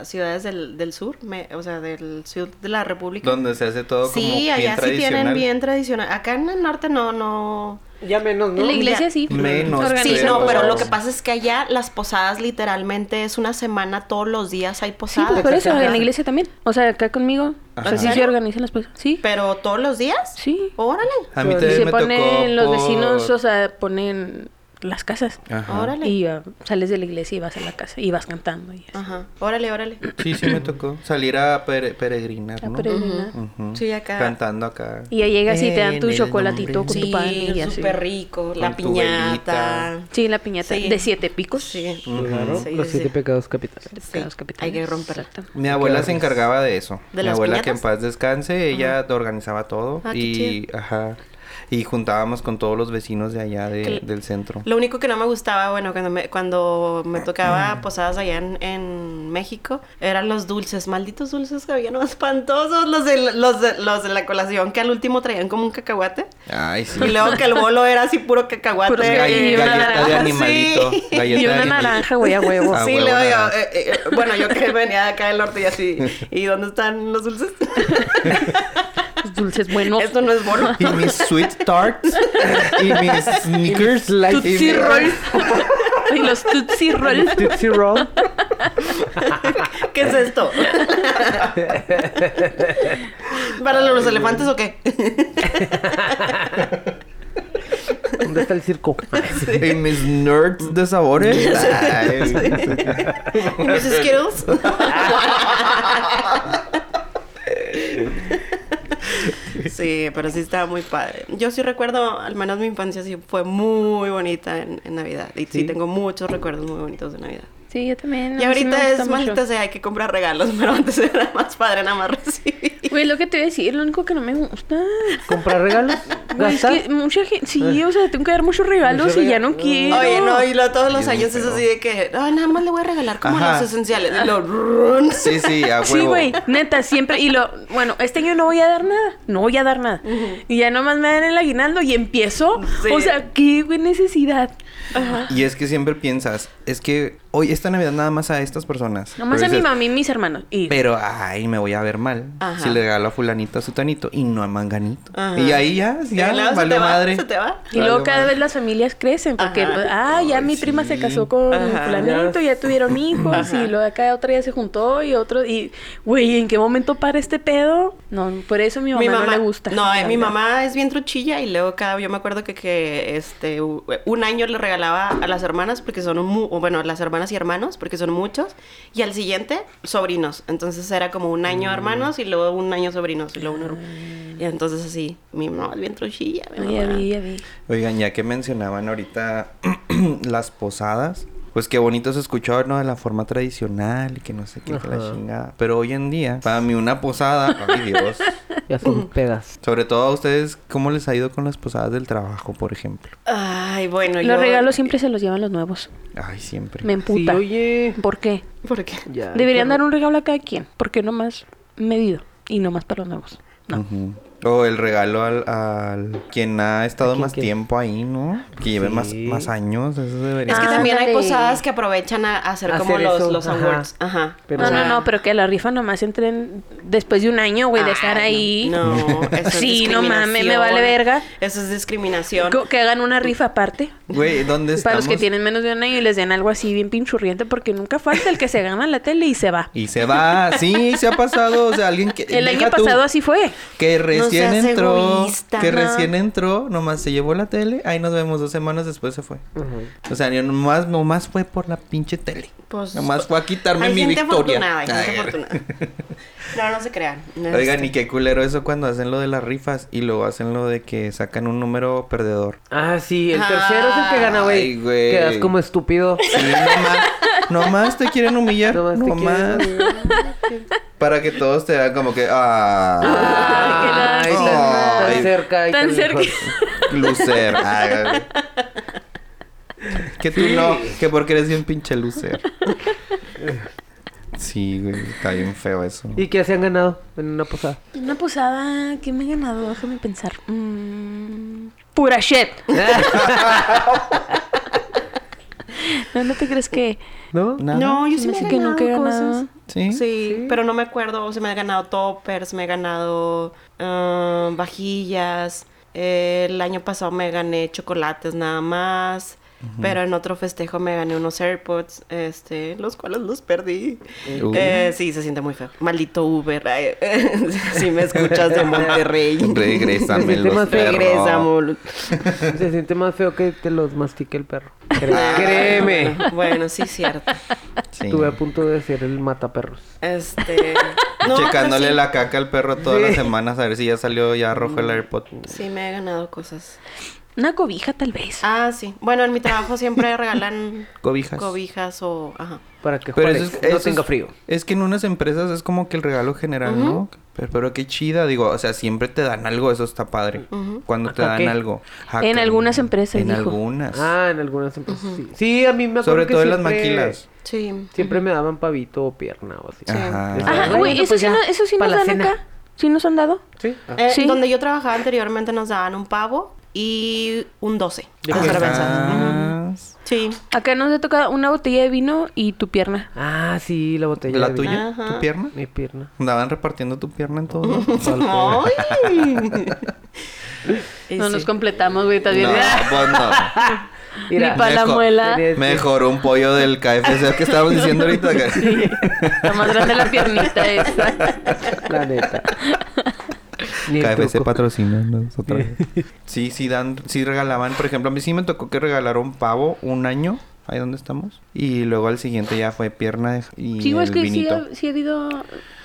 a ciudades del, del sur, me- o sea, del sur de la República.
Donde se hace todo como
sí,
bien
allá sí tienen
tradicional.
bien tradicional. Acá en el norte no, no.
Ya menos, ¿no?
En la iglesia sí.
Menos,
Organizan
Sí, no,
pero
pero lo
posadas.
que pasa es que allá las posadas literalmente es una semana, todos los días hay
Sí,
posadas.
pues por eso, en
Ajá.
la iglesia también. O sea, acá conmigo.
Ajá.
O sea, sí se organizan las cosas. Sí.
Pero todos los días?
Sí.
Órale.
A mí
Y
Y
también
se
me
ponen
tocó
los vecinos,
por-
o sea, ponen las casas.
Ajá.
Órale.
Y ah, sales de la iglesia y vas a la casa y vas cantando y así.
Ajá. Órale, órale.
Sí, sí me tocó. Salir a pere- peregrinar,
Ah,
A
¿no?
peregrinar.
Ujú.
Sí, acá.
Cantando acá.
Y ya llegas y te dan
En
tu
el
chocolatito
nombre
con
de-
tu pan y así.
súper rico.
Con
La
tu
piñata.
velita.
Sí, la piñata.
Sí.
De siete picos.
Sí.
Claro,
Sí,
los
sí,
siete
sí.
pecados capitales.
Sí,
Los capitales.
hay que romperla.
Exacto.
Mi abuela se encargaba de eso.
¿De
Mi
las
abuela que en
piñatas?
paz descanse, ella organizaba todo
Ah, qué
y ajá. Y juntábamos con todos los vecinos de allá de-
Que-
del centro.
Lo único que no me gustaba, bueno, cuando me, cuando me
Mm.
tocaba posadas allá en, en México, eran los dulces, malditos dulces que habían espantosos, los de, los, de, los de la colación, que al último traían como un cacahuate.
Ay, sí.
Y luego que el bolo era así puro cacahuate.
Puro
Galle-
Y una
galleta de
naranja.
animalito.
"Ah, Sí.
Galleta
Y
de
una
animalito.
naranja, güey, a huevo.
Ah,
sí,
huevo,
luego yo,
naranja.
eh, eh, bueno, yo que venía de acá del norte y así, ¿y dónde están los dulces?
Los Dulces buenos.
Esto no es bolo.
Y mis sweet tarts. y mis sneakers.
Slice.
y
Tootsie
mi-
Roll. y los Tootsie Roll.
Tootsie Roll.
¿Qué es esto? ¿Para los elefantes o qué?
¿Dónde está el circo?
Y mis nerds de sabores. Ay,
¿Y mis Skittles? Sí, pero sí estaba muy padre. Yo sí recuerdo, al menos mi infancia sí fue muy bonita en, en Navidad. Y sí.
Sí.
tengo muchos recuerdos muy bonitos de Navidad.
Sí, yo también.
y
a mí sí me
ahorita
gusta
es
mucho.
maldita sea, hay que comprar regalos, pero antes era más padre nada más recibir.
Güey, lo que te voy a decir, lo único que no me gusta.
¿Comprar regalos?
Güey, es
¿Gastar?
que mucha gente. Sí, o sea, tengo que dar muchos regalos
Muchos
y ya
regalos.
no quiero.
Oye, no, y luego todos los
Ay,
años
Dios
es
mío.
así de que, "Ah, nada más le voy a regalar como
Ajá.
los esenciales. Y lo,
Sí, sí, a huevo.
Sí, güey, neta, siempre. Y lo. Bueno, este año no voy a dar nada. No voy a dar nada. Y ya nomás me dan el aguinaldo y empiezo.
Sí.
O sea, qué güey, necesidad.
Y es que siempre piensas, es que hoy esta Navidad nada más a estas personas.
Nomás
Pero
a mi
dices,
mami y mis hermanos. Y
Pero, ay, me voy a ver mal.
Ajá.
Si le regalo a fulanito, a sutanito y no a manganito.
Ajá.
Y ahí ya, ya,
Y luego se
valió
te va,
madre.
se te va.
Y luego
Valió
cada
madre.
vez las familias crecen, porque,
Ajá.
pues, ah, ya
Ay,
mi prima
sí.
se casó con
Ajá.
fulanito, ya tuvieron hijos, y luego acá otra ya se juntó, y otro, y, güey, ¿en qué momento para este pedo? No, por eso mi mamá, no le gusta.
No, eh,
la
mi
verdad.
mamá es bien truchilla y luego cada yo me acuerdo que, que este u- un año le regalaba a las hermanas porque son mu- o bueno, las hermanas y hermanos porque son muchos y al siguiente sobrinos. Entonces era como un
Mm.
año hermanos y luego un año sobrinos y luego un
Ah.
hermano. Y entonces así, mi mamá es bien truchilla, mi
Ya
mamá.
vi, ya vi.
Oigan, ya que mencionaban ahorita las posadas, pues qué bonito se escuchó, ¿no? De la forma tradicional y que no sé qué, que la
Ajá.
chingada. Pero hoy en día, para mí una posada, ay Dios.
Ya son pedas.
Sobre todo a ustedes, ¿cómo les ha ido con las posadas del trabajo, por ejemplo?
Ay, bueno, yo eh,
Los regalos siempre se los llevan los nuevos.
Ay, siempre.
Me emputa.
Sí, oye.
¿Por qué?
¿Por qué?
Ya,
Deberían
qué
dar un regalo a cada quien, porque nomás medido, y nomás para los nuevos. No.
Ujú. O el regalo al, al quien ha estado
quién
más
quieres?
tiempo ahí, ¿no? Que lleve más,
Sí.
más años, eso debería.
Es que
Ah,
también hay
ándale.
posadas que aprovechan a a hacer,
Hacer
como
eso,
los, los
ajá.
awards. Ajá.
Pero-
O
No,
sea,
no, no, pero que la rifa nomás entren después de un año, güey, de estar
ay,
ahí.
Ah, No, eso es
Sí, no mames, me vale
discriminación.
verga.
Eso es discriminación.
Co- Que hagan una rifa aparte.
Güey, ¿dónde
Para
estamos?
los que tienen menos de un año y les den algo así bien pinchurriente, porque nunca falta el que se gana la tele y se va.
Y se va, sí, se ha pasado, o sea, alguien que...
El año
deja tú,
pasado así fue.
Que recién
seas
entró,
egoísta,
que
ajá.
recién entró, nomás se llevó la tele, ahí nos vemos dos semanas después se fue. O sea, ni- nomás, nomás fue por la pinche tele.
Pues,
nomás fue a quitarme
hay
mi
gente
victoria.
afortunada, hay gente
Ay,
afortunada. No, no se crean. No,
Oigan,
este,
y qué culero eso cuando hacen lo de las rifas y luego hacen lo de que sacan un número perdedor.
Ah, sí, el tercero es el que gana,
Ay,
güey.
güey.
Quedas como estúpido.
Sí, nomás, nomás te quieren humillar. Nomás.
Nomás te quieren
para que todos te hagan como que. Ah,
Ay,
Ay,
qué
tan, tan
Ay.
cerca. y
Tan cerca.
lejos.
lucer. Ah, que tú no, que porque eres bien pinche lucer. Sí, güey, está bien feo eso.
¿Y qué se han ganado en una posada?
Una posada que me he ganado, déjame pensar. Mm, pura shit. No, no te crees que.
¿No?
Nada.
No, yo sí
Me
me,
hace
he
que
ganado
nunca he ganado.
cosas.
¿Sí?
Sí, pero no me acuerdo. O sea, me he ganado toppers, me he ganado ah, vajillas. eh, el año pasado me gané chocolates nada más. Pero en otro festejo me gané unos AirPods, este, los cuales los perdí.
Uh.
Eh, sí, se siente muy feo. Maldito Uber. ay, si me escuchas de Monterrey.
Regrésame
Me siento
los
más
perros.
Regresa, mol-
Se siente más feo que te los mastique el perro. Cre- Ah. Créeme.
Bueno, sí, cierto.
Sí.
Estuve a punto de ser el mataperros.
Este. no,
Checándole
pero sí,
la caca al perro todas
Sí.
las semanas a ver si ya salió ya rojo el AirPod.
Sí, me he ganado cosas.
Una cobija, tal vez.
Ah, sí. Bueno, en mi trabajo siempre regalan
Cobijas.
cobijas o. Ajá.
Para que
Pero
Juárez
eso es-
no
eso es-
tenga frío.
Es que en unas empresas es como que el regalo general, ¿no? Pero, pero qué chida, digo, o sea, siempre te dan algo, eso está padre. Cuando te
¿Acá
dan
qué?
algo. Ah,
En algunas empresas,
En
dijo.
algunas.
Ah, en algunas empresas sí. Sí, a mí me acuerdo
Sobre
que
todo en las
siempre-
maquilas.
Sí.
Siempre me daban pavito o pierna o así.
Sí.
Ajá.
Ah,
Ajá,
bueno,
güey, eso,
pues
sí
ya,
no- eso sí
pa'
nos
la
dan
cena.
acá. Sí nos han dado.
Sí. Ah.
Eh,
Sí.
Donde yo trabajaba anteriormente nos daban un pavo y un 12 de
Ajá.
cerveza. Ujú.
Ah,
Sí.
Acá nos ha tocado una botella de vino y tu pierna.
Ah, sí, la botella.
¿La
de vino.
tuya?
Ajá.
¿Tu pierna?
Mi pierna.
Andaban repartiendo tu pierna en todo.
Y
no
sí.
nos completamos, güey, estás bien.
No, pues no.
Ni
Mira,
para la
Mejor.
muela.
Tenía- Este-
Mejor un pollo del KFC que estábamos diciendo ahorita. que-
La más grande la piernita esa.
la neta. Ni el
KFC
truco.
patrocinando otra vez. Sí, sí dan, sí regalaban, por ejemplo, a mí sí me tocó que regalaron pavo un año, ahí donde estamos, y luego al siguiente ya fue pierna de- y
Sí, güey, es
el
que sí
vinito.
ha, sí ha habido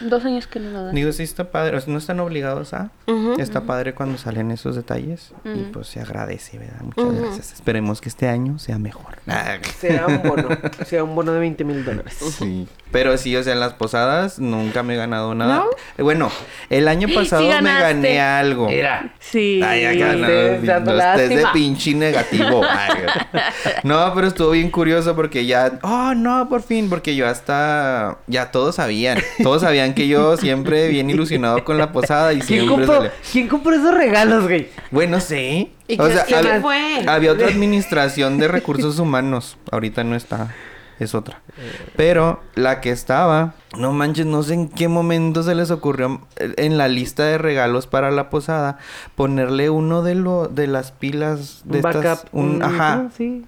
dos años que no nos dan.
Digo, sí está padre, o sea, no están obligados a,
Ujú.
está padre cuando salen esos detalles y
Ujú.
pues se agradece, ¿verdad? Muchas
Ujú.
gracias. Esperemos que este año sea mejor.
Sea un bono. Sea un bono de 20 mil dólares.
Sí. Pero sí, o sea, en las posadas nunca me he ganado nada. Eh, Bueno, el año
Sí
pasado me
ganaste.
gané algo.
Mira.
Sí.
Ay, acá no,
Ustedes
no,
dando
ustedes de
lástima.
pinche negativo. Ay, no, pero estuvo bien curioso porque ya, oh no, por fin, porque yo hasta, ya todos sabían, todos sabían que yo siempre bien ilusionado con la posada y
¿Quién
siempre
compró,
salía-
¿Quién compró esos regalos, güey?
Bueno, sí.
¿Y qué- qué
había,
fue?
había otra administración de recursos humanos. Ahorita no está. Es otra. Pero la que estaba, no manches, no sé en qué momento se les ocurrió eh, en la lista de regalos para la posada ponerle uno de lo de las pilas de
Un
estas,
backup.
un,
un-
ajá,
ah, Sí.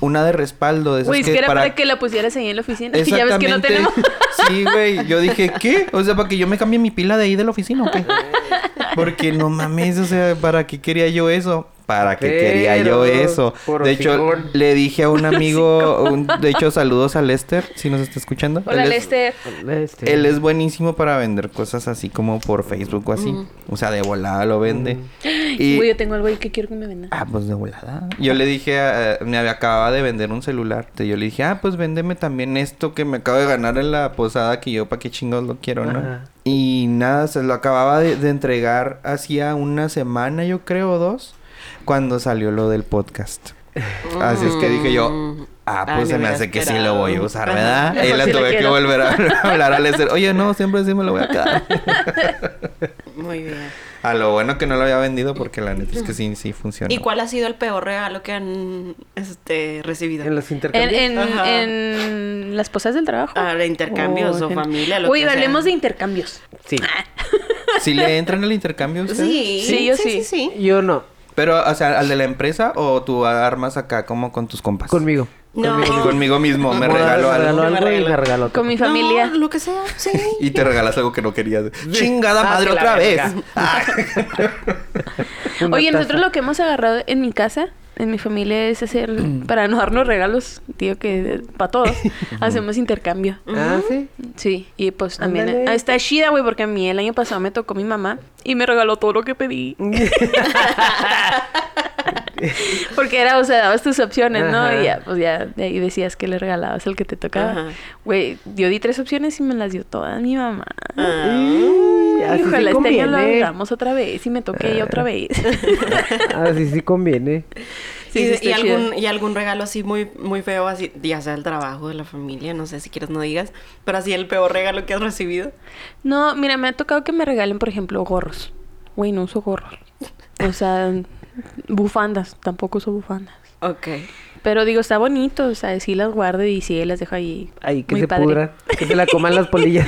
una de respaldo de esas
Güey, es que era para... que la pusieras ahí en la oficina. Y ya ves que no
Exactamente.
tenemos.
Sí, güey. Yo dije, ¿qué? O sea, para que yo me cambie mi pila de ahí de la oficina, ¿o qué? Porque no mames, o sea, ¿para qué quería yo eso? ¿Para qué quería yo
Pero,
eso?
por
De hecho,
hocicón.
le dije a un amigo, un- de hecho, saludos a Lester, si nos está escuchando.
Hola,
Él es-
Lester.
Este.
Él es buenísimo para vender cosas así como por Facebook o
Mm.
así. O sea, de volada lo vende. Y-
Güey, yo tengo algo ahí que quiero que me vendan.
Ah, pues de volada. Yo le dije, a- me había- acababa de vender un celular. Te- Yo le dije, ah, pues véndeme también esto que me acabo de ganar en la posada que yo para qué chingos lo quiero, ¿no?
Ajá.
Y nada, se lo acababa de, de entregar hacía una semana, yo creo, o dos, cuando salió lo del podcast. Así es que dije yo, ah,
Mm. Ay,
pues
me
se me
hubiera
hace que sí
esperado.
lo voy a usar,
Ajá. Pues
¿verdad? Y
Mejor
la
sí lo
tuve que
quiero.
volver a hablar a Lester. Oye, no, siempre sí me lo voy a quedar.
Muy Muy bien.
A lo bueno que no lo había vendido porque la neta es que sí, sí funciona.
¿Y cuál ha sido el peor regalo que han este, recibido?
En los
En,
intercambios.
en,
Ajá.
en las cosas del trabajo. Oh,
Ah, de intercambios o
en-
familia, lo
Uy,
que sea.
hablemos de intercambios.
Sí.
Ah,
¿Sí le entran al intercambio ustedes?
Sí,
Sí, yo sí.
sí, sí.
Yo no.
Pero, o sea, ¿al de la empresa o tú armas acá como con tus compas?
Conmigo.
No.
Conmigo mismo, me
Como
regaló algo.
Me
y me
regaló.
regaló otro.
Con mi familia.
No, lo que sea, sí.
Y te regalas algo que no querías. ¡Chingada
Ah,
madre
que la
otra vez!
verga.
Ah.
Una
Oye, nosotros
taza.
lo que hemos agarrado en mi casa, en mi familia, es hacer, para no darnos regalos, tío, que para todos, hacemos intercambio.
Ah, sí.
Sí, y pues también
Ándale.
ah, está chida, güey, porque a mí el año pasado me tocó mi mamá y me regaló todo lo que pedí. Porque era, o sea, dabas tus opciones, ¿no?
Ajá.
Y ya, pues ya, de ahí decías que le regalabas el que te
Ajá.
tocaba. Güey, yo di tres opciones y me las dio todas mi mamá.
Ah.
Y
Y
Así sí
ojalá este año lo
conviene.
hagamos otra vez y me toqué ella otra vez.
Así sí conviene.
Sí,
y,
sí,
y
está chido.
algún, y algún regalo así muy, muy feo, así, ya sea el trabajo, de la familia, no sé si quieres no digas, pero así el peor regalo que has recibido.
No, mira, me ha tocado que me regalen, por ejemplo, gorros. Güey, no uso gorros. O sea, bufandas. Tampoco uso bufandas.
Ok.
Pero digo, está bonito. O sea, sí las guardo y sí las dejo ahí.
Ahí que
Muy
se
padre.
pudra. Que se la coman las polillas.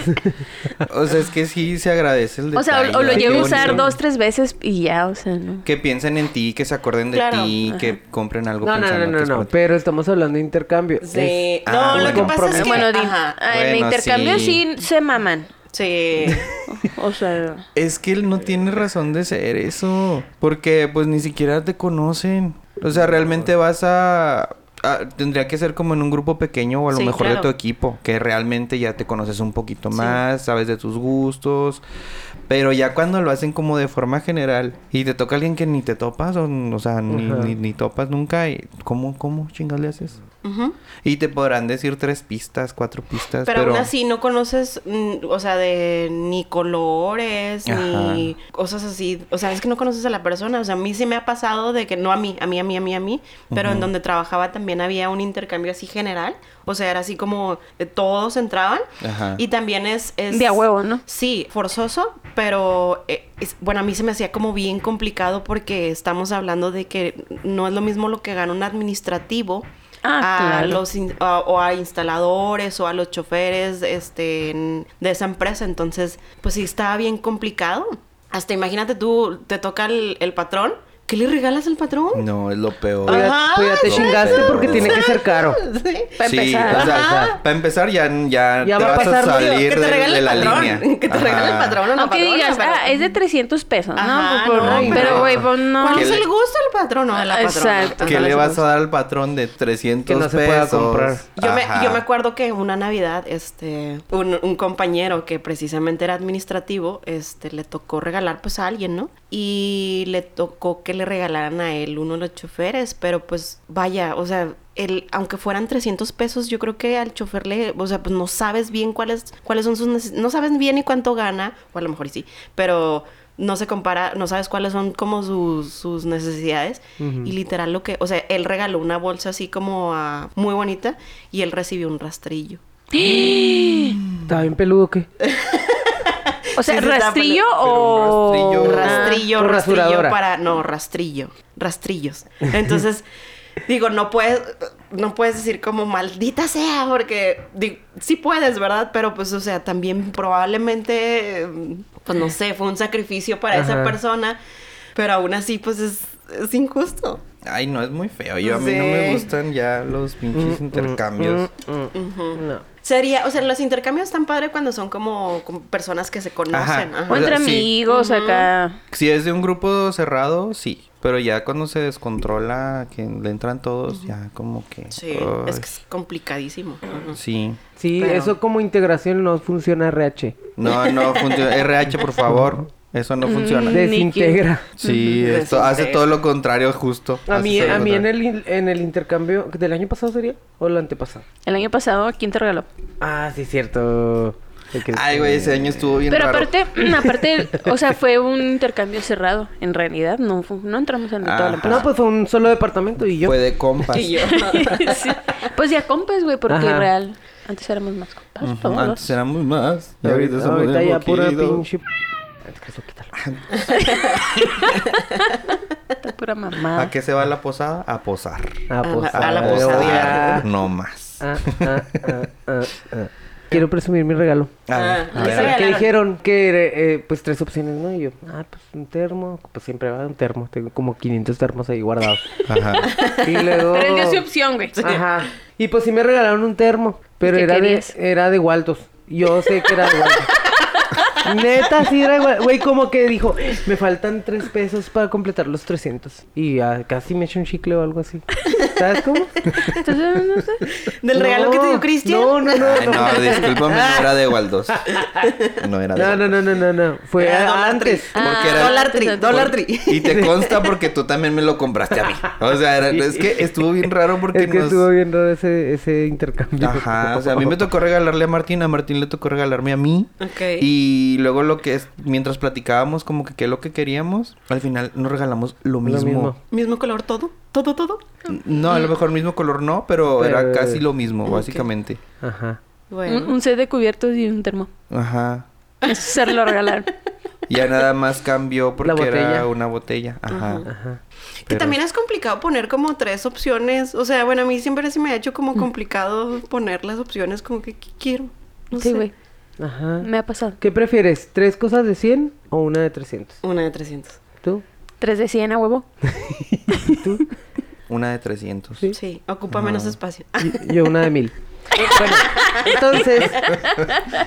O sea, es que sí se agradece el
O sea,
detalle.
o- o, lo
Ay, qué
llevo a usar
bonito.
dos, tres veces y ya, o sea, no.
Que piensen en ti, que se acuerden de
Claro.
ti, que compren algo
No, no,
pensando
no,
que
no,
es
no.
para ti.
Pero estamos hablando de intercambio.
Sí.
Es-
Ah,
no, lo que
bueno.
pasa es que.
Bueno, di-
ajá,
ah, en el
Bueno,
intercambio
sí.
sí. se maman.
sí.
O sea,
Es que él no
Eh,
tiene razón de ser eso. Porque pues ni siquiera te conocen. O sea, realmente vas a... a- tendría que ser como en un grupo pequeño o a lo
Sí,
mejor de
claro.
tu equipo. Que realmente ya te conoces un poquito más, sabes de tus gustos. Pero ya cuando lo hacen como de forma general y te toca alguien que ni te topas, o, o sea, ni,
Ajá.
ni- ni topas nunca, y- ¿cómo, cómo chingas le haces?
Ujú.
Y te podrán decir tres pistas, cuatro pistas,
Pero,
pero...
aún así no conoces, mm, o sea, de ni colores, ni cosas así. O sea, es que no conoces a la persona. O sea, a mí sí me ha pasado de que no a mí, a mí, a mí, a mí, a mí. Pero en donde trabajaba también había un intercambio así general. O sea, era así como eh, todos entraban.
Ajá.
Y también es, es-
De a huevo, ¿no?
Sí, forzoso, pero eh, es- bueno, a mí se me hacía como bien complicado porque estamos hablando de que no es lo mismo lo que gana un administrativo
Ah,
a
claro.
los in- a- o a instaladores o a los choferes este, en- de esa empresa. Entonces, pues sí, estaba bien complicado. Hasta imagínate tú, te toca el, el patrón. ¿Qué le regalas al patrón?
No, es lo peor.
Pues ya,
Ajá,
pues ya te
no,
chingaste
no,
porque
no.
tiene que ser caro.
Sí.
para
sí,
empezar.
o sea,
Ajá.
para empezar ya, ya,
Ya
te
va a
vas a
pasar,
Digo,
salir
que
de,
te regale
de
el
la
patrón.
línea.
Que te regale el
Ajá.
patrón o la
Aunque
patrona,
digas,
pero-
ah, es de 300 pesos, ¿no?
Ajá,
Pues,
no,
por-
no.
pero, güey, pues no.
¿Cuál es
Que le-
el gusto del patrón o de la patrona?
Exacto.
¿Qué
Ándale,
le
sí,
vas
gusto.
a dar al patrón de 300
Que no se
pesos?
pueda comprar.
Yo me,
Ajá.
yo me acuerdo que una Navidad, este, un, un compañero que precisamente era administrativo, este, le tocó regalar pues a alguien, ¿no? Y le tocó que le regalaran a él uno de los choferes, pero pues vaya, o sea, el, aunque fueran 300 pesos, yo creo que al chofer le, o sea, pues no sabes bien cuáles, cuáles son sus neces- no sabes bien ni cuánto gana, o a lo mejor y sí, pero no se compara, no sabes cuáles son como sus, sus necesidades. Y literal lo que, o sea, él regaló una bolsa así como ah, muy bonita y él recibió un rastrillo.
Ah, ¿Está bien peludo o qué?
O sea,
Sí, se está
rastrillo
poniendo-
o...
pero un
Un
Ah.
rastrillo,
Con
rastrillo
rasuradora.
para, no, rastrillo, rastrillos. Entonces, digo, no puedes, no puedes decir como maldita sea, porque di- sí puedes, ¿verdad? Pero pues, o sea, también probablemente, eh, pues no sé, fue un sacrificio para esa
Ajá.
persona, pero aún así, pues es, es injusto.
Ay, no, es muy feo. Yo a mí
Sí.
no me gustan ya los pinches intercambios.
Mm, mm, No.
Sería, o sea, los intercambios están padre cuando son como, como personas que se conocen.
Ajá.
Ajá.
O entre
O sea, sí.
amigos acá.
Si es de un grupo cerrado, sí. Pero ya cuando se descontrola, que le entran todos, ya como que...
Sí,
ay,
es que es complicadísimo. Ajá.
Sí.
Sí,
Pero-
eso como integración no funciona RH.
No, no funciona. RH, por favor. Eso no funciona.
Ni que-
Desintegra.
Sí,
Mm. Ujú.
esto hace todo lo contrario justo.
A
Hace
mí,
todo lo
a mí en,
contrario.
el, in- en el intercambio del año pasado sería o el antepasado.
El año pasado, ¿quién te regaló?
Ah, sí, cierto. El que-
Ay, güey, ese año estuvo bien
Pero
raro.
aparte, aparte, o sea, fue un intercambio cerrado. En realidad, no, fu- no entramos en toda la
Ajá. Pues,
empresa.
No, pues fue un solo departamento y yo.
Fue de compas.
Y yo.
Sí. Pues ya compas, güey, porque
Ajá.
real. Antes éramos más compas.
Ujú,
todos.
Antes éramos más. y ahorita somos
ahorita
bien
ya pura
poquitos.
pinche. Es que eso quítalo.
Está pura mamada.
¿A qué se va la posada? A posar.
A la-
pues,
a la
ah,
posadera.
ah,
No más.
ah, ah, ah, ah, ah. Quiero presumir mi regalo.
A ver,
Ah,
a ver, a
ese-
ver.
Que
regalaron?
dijeron que eh, eh, pues tres opciones, ¿no? Y yo, ah, pues un termo, pues siempre va un termo, tengo como 500 termos ahí guardados.
Ajá.
Y luego
Pero él dio su opción, güey.
Ajá. Y pues sí me regalaron un termo, pero
qué
era de,
querías?
era de Waldos. Yo sé que era de Waldos. Neta, sí era de Waldos. Güey, como que dijo, me faltan tres pesos para completar los 300. Y ah, casi me eché un chicle o algo así. ¿Sabes cómo?
Entonces, no sé.
¿Del regalo que te dio
No,
Cristian?
No, no, no.
Ay, no, discúlpame, no era de Waldos. No era de
No, no,
Waldos.
no, no, no, no. Fue
Era
a-
Dollar
antes.
Tree.
Porque
Ah,
era-
Dollar Tree,
antes,
Dollar
Por-
Tree.
Y te consta porque tú también me lo compraste a mí. O sea, era- es que estuvo bien raro porque
Es que
nos-
estuvo bien raro ese, ese intercambio.
Ajá, o sea, a mí me tocó regalarle a Martín, a Martín le tocó regalarme a mí.
Ok.
Y luego lo que es, mientras platicábamos como que qué es lo que queríamos, al final nos regalamos lo mismo.
mismo.
¿Mismo color todo? ¿Todo, todo?
No, a lo mejor mismo color no, pero era
Pero-
casi lo mismo, básicamente.
Ajá.
Bueno.
Un, un set de cubiertos y un termo.
Ajá.
Eso se lo regalaron.
Ya nada más cambió
La
porque era
botella.
una botella. Ajá.
Ajá.
Que
Pero-
también es complicado poner como tres opciones. O sea, bueno, a mí siempre se me ha hecho
Mm.
como complicado poner las opciones como que ¿qué quiero. No
sí,
sé.
güey.
Ah.
Ajá.
Me ha pasado.
¿Qué prefieres? ¿Tres cosas de 100 o una de 300?
Una de 300.
¿Tú?
Tres de 100 a huevo.
Una de 300.
Sí.
Sí, ocupa menos espacio.
Yo una de 1000. Bueno, entonces,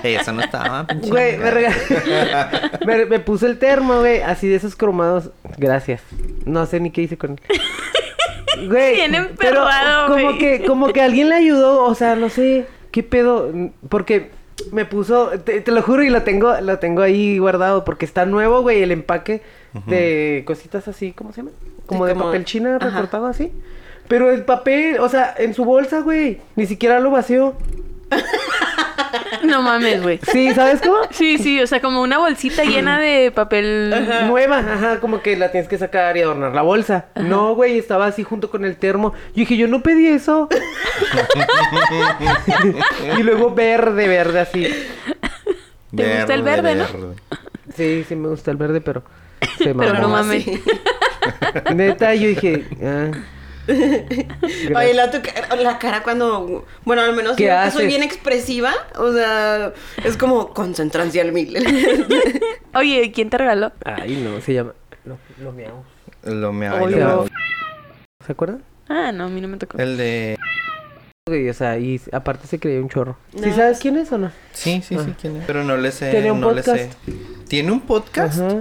Esa no estaba. pinche
güey, me,
chingada.
rega- me, me puse el termo, güey, así de esos cromados. Gracias. No sé ni qué hice con él. Güey,
Bien
pero
emperrado,
como
güey.
que, como que alguien le ayudó, o sea, no sé, qué pedo, porque me puso, te, te lo juro y lo tengo, lo tengo ahí guardado porque está nuevo, güey, el empaque de cositas así, ¿cómo se llama? Como de
como-
papel china
ajá.
recortado así. Pero el papel, o sea, en su bolsa, güey, ni siquiera lo vació.
No mames, güey.
Sí, ¿sabes cómo?
Sí, sí, o sea, como una bolsita llena de papel.
Nueva, ajá, como que la tienes que sacar y adornar la bolsa. No, güey, estaba así junto con el termo. Yo dije, yo no pedí eso. y luego verde, verde así.
¿Te gusta el verde, no?
Sí, sí me gusta el verde, pero se
Pero no
mamó.
mames.
Neta, yo dije, ah.
Oye, la, tu ca- la cara cuando... Bueno, al menos
¿Qué
yo que
haces?
soy bien expresiva. O sea, es como concentrancia al mil.
Oye, ¿quién te regaló?
Ay, no, se llama. Lo, lo miau.
Lo me ay,
Oye,
lo me-
no. ¿Se acuerdan?
Ah, no, a mí no me tocó.
El de.
Güey, O sea, y aparte se creía un chorro. ¿Sí
No.
sabes quién es o no?
Sí, sí, sí, quién es. Pero no le sé.
Tenía Ah. un
no le sé.
podcast.
¿Tiene un podcast?
Ajá.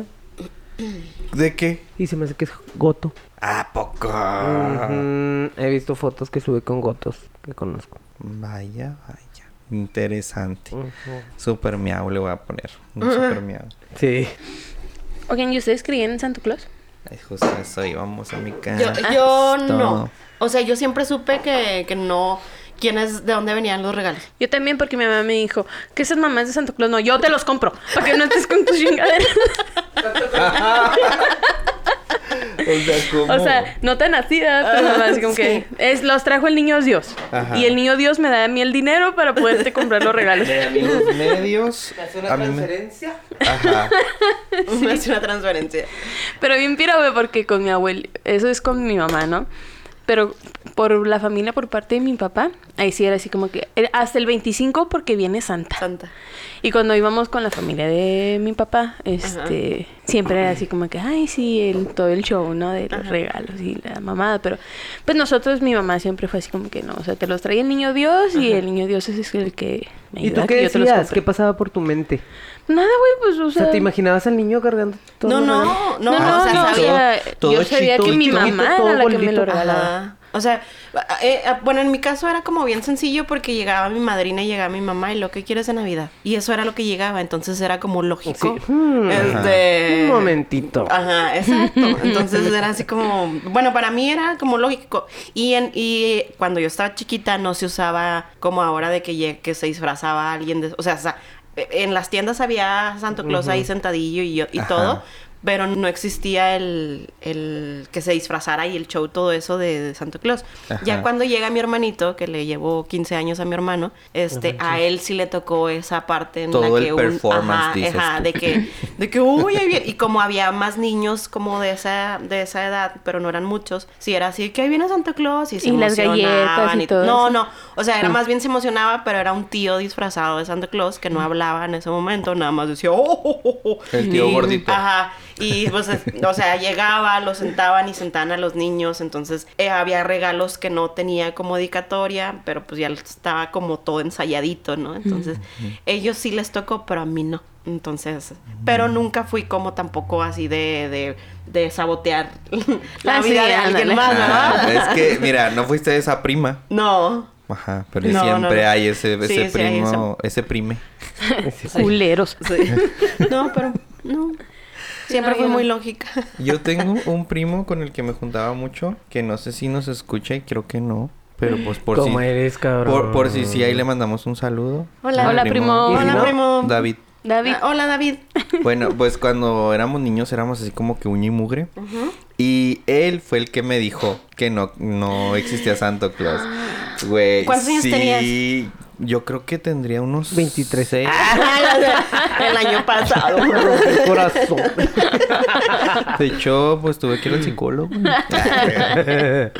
¿De qué?
Y se me hace que es Goto.
¿A poco?
Ujú, He visto fotos que sube con Gotos que conozco.
Vaya, vaya. Interesante.
Mm.
Ujú.
Super miau le voy a poner. Un super miau.
Sí.
Oigan, ¿y ustedes creían en Santa Claus?
Es justo eso, y vamos a mi
Yo,
casa. Ah,
yo no. O sea, yo siempre supe que, que no... ¿Quién es? ¿De dónde venían los regalos?
Yo también, porque mi mamá me dijo que esas mamás de Santa Claus, no, yo te los compro, para que no estés con tus chingaderas.
O sea, ¿cómo?
O sea, no tan así, ¿verdad? pero mamá, así como que es, los trajo el niño Dios.
Ajá.
Y el niño Dios me da a mí el dinero para poderte comprar los regalos.
de amigos medios. a mí me- Ajá.
Es una transferencia.
Pero bien pira, güey, porque con mi abuelo, eso es con mi mamá, ¿no? Pero por la familia, por parte de mi papá, ahí sí era así como que eh, hasta el 25 porque viene Santa.
Santa.
Y cuando íbamos con la familia de mi papá, este, siempre era así como que, ay, sí, el, todo el show, ¿no? De los regalos y la mamada, pero pues nosotros, mi mamá siempre fue así como que no, o sea, te los traía el niño Dios y el niño Dios es el que me
¿Y
ayuda
tú
a
qué
que yo te los
decías?
compre.
¿Qué pasaba por tu mente?
Nada, güey, pues, o
O sea,
sea...
Mm.
¿te imaginabas al niño cargando todo?
No,
el regalo?
no, no,
No, no,
o sea,
yo
sabía-
sabía,
todo
yo sabía que
chiquito,
mi
chiquito,
mamá
todo
era la que me
bolito.
lo regalaba.
Ajá. O sea, eh, eh, bueno, en mi caso era como bien sencillo porque llegaba mi madrina y llegaba mi mamá y lo que quieres de Navidad. Y eso era lo que llegaba, entonces era como lógico.
Sí.
Mm.
Hmm.
Este...
Un momentito.
ah,
Ajá, exacto. Entonces era así como, bueno, para mí era como lógico. Y en y cuando yo estaba chiquita no se usaba como ahora de que lle- que se disfrazaba alguien de, o sea, sa- en las tiendas había Santo Claus ahí sentadillo y yo- y
Ajá.
todo. pero no existía el, el que se disfrazara y el show, todo eso de, de Santo Claus.
Ajá.
Ya cuando llega mi hermanito, que le llevó 15 años a mi hermano, este, a él sí le tocó esa parte en
Todo
la
el
que
performance,
ajá,
dices
ajá,
tú.
de que, de que, uy, ahí viene". Y como había más niños como de esa, de esa edad, pero no eran muchos, sí era así, que ahí viene Santo Claus y se
Y las
emocionaban
galletas y todo
No,
eso.
no, o sea, era más bien se emocionaba, pero era un tío disfrazado de Santa Claus que no hablaba en ese momento, nada más decía, "Oh, oh, oh, oh".
El tío
Y-
gordito.
Ajá. Y pues, es- o sea, llegaba, lo sentaban y sentaban a los niños. Entonces, eh, había regalos que no tenía como dedicatoria, pero pues ya estaba como todo ensayadito, ¿no? Entonces, ellos sí les tocó, pero a mí no. Entonces, pero nunca fui como tampoco así de, de, de sabotear la
Ah, sí,
vida de alguien
ándale.
más,
Ah,
¿verdad?
es que, mira, no fuiste esa prima.
No.
Ajá, pero
No,
siempre
no, no.
hay ese, ese
Sí, sí, hay
primo,
eso.
ese prime.
Culeros.
No, pero no. Siempre
No, yo
fue
no.
muy lógica.
Yo tengo un primo con el que me juntaba mucho, que no sé si nos escucha y creo que no, pero pues por
¿Cómo
si...
eres, cabrón?
Por, por si sí, ahí le mandamos un saludo.
Hola.
Hola, primo.
Hola,
primo.
David.
David.
Ah, hola, David.
Bueno, pues cuando éramos niños éramos así como que uña y mugre. Y él fue el que me dijo que no, no existía Santo Claus. Güey.
Ah. ¿Cuántos años
sí,
tenías?
Yo creo que tendría unos
23.
seis.
Ah,
El año pasado.
corazón.
De hecho, pues tuve que ir al psicólogo.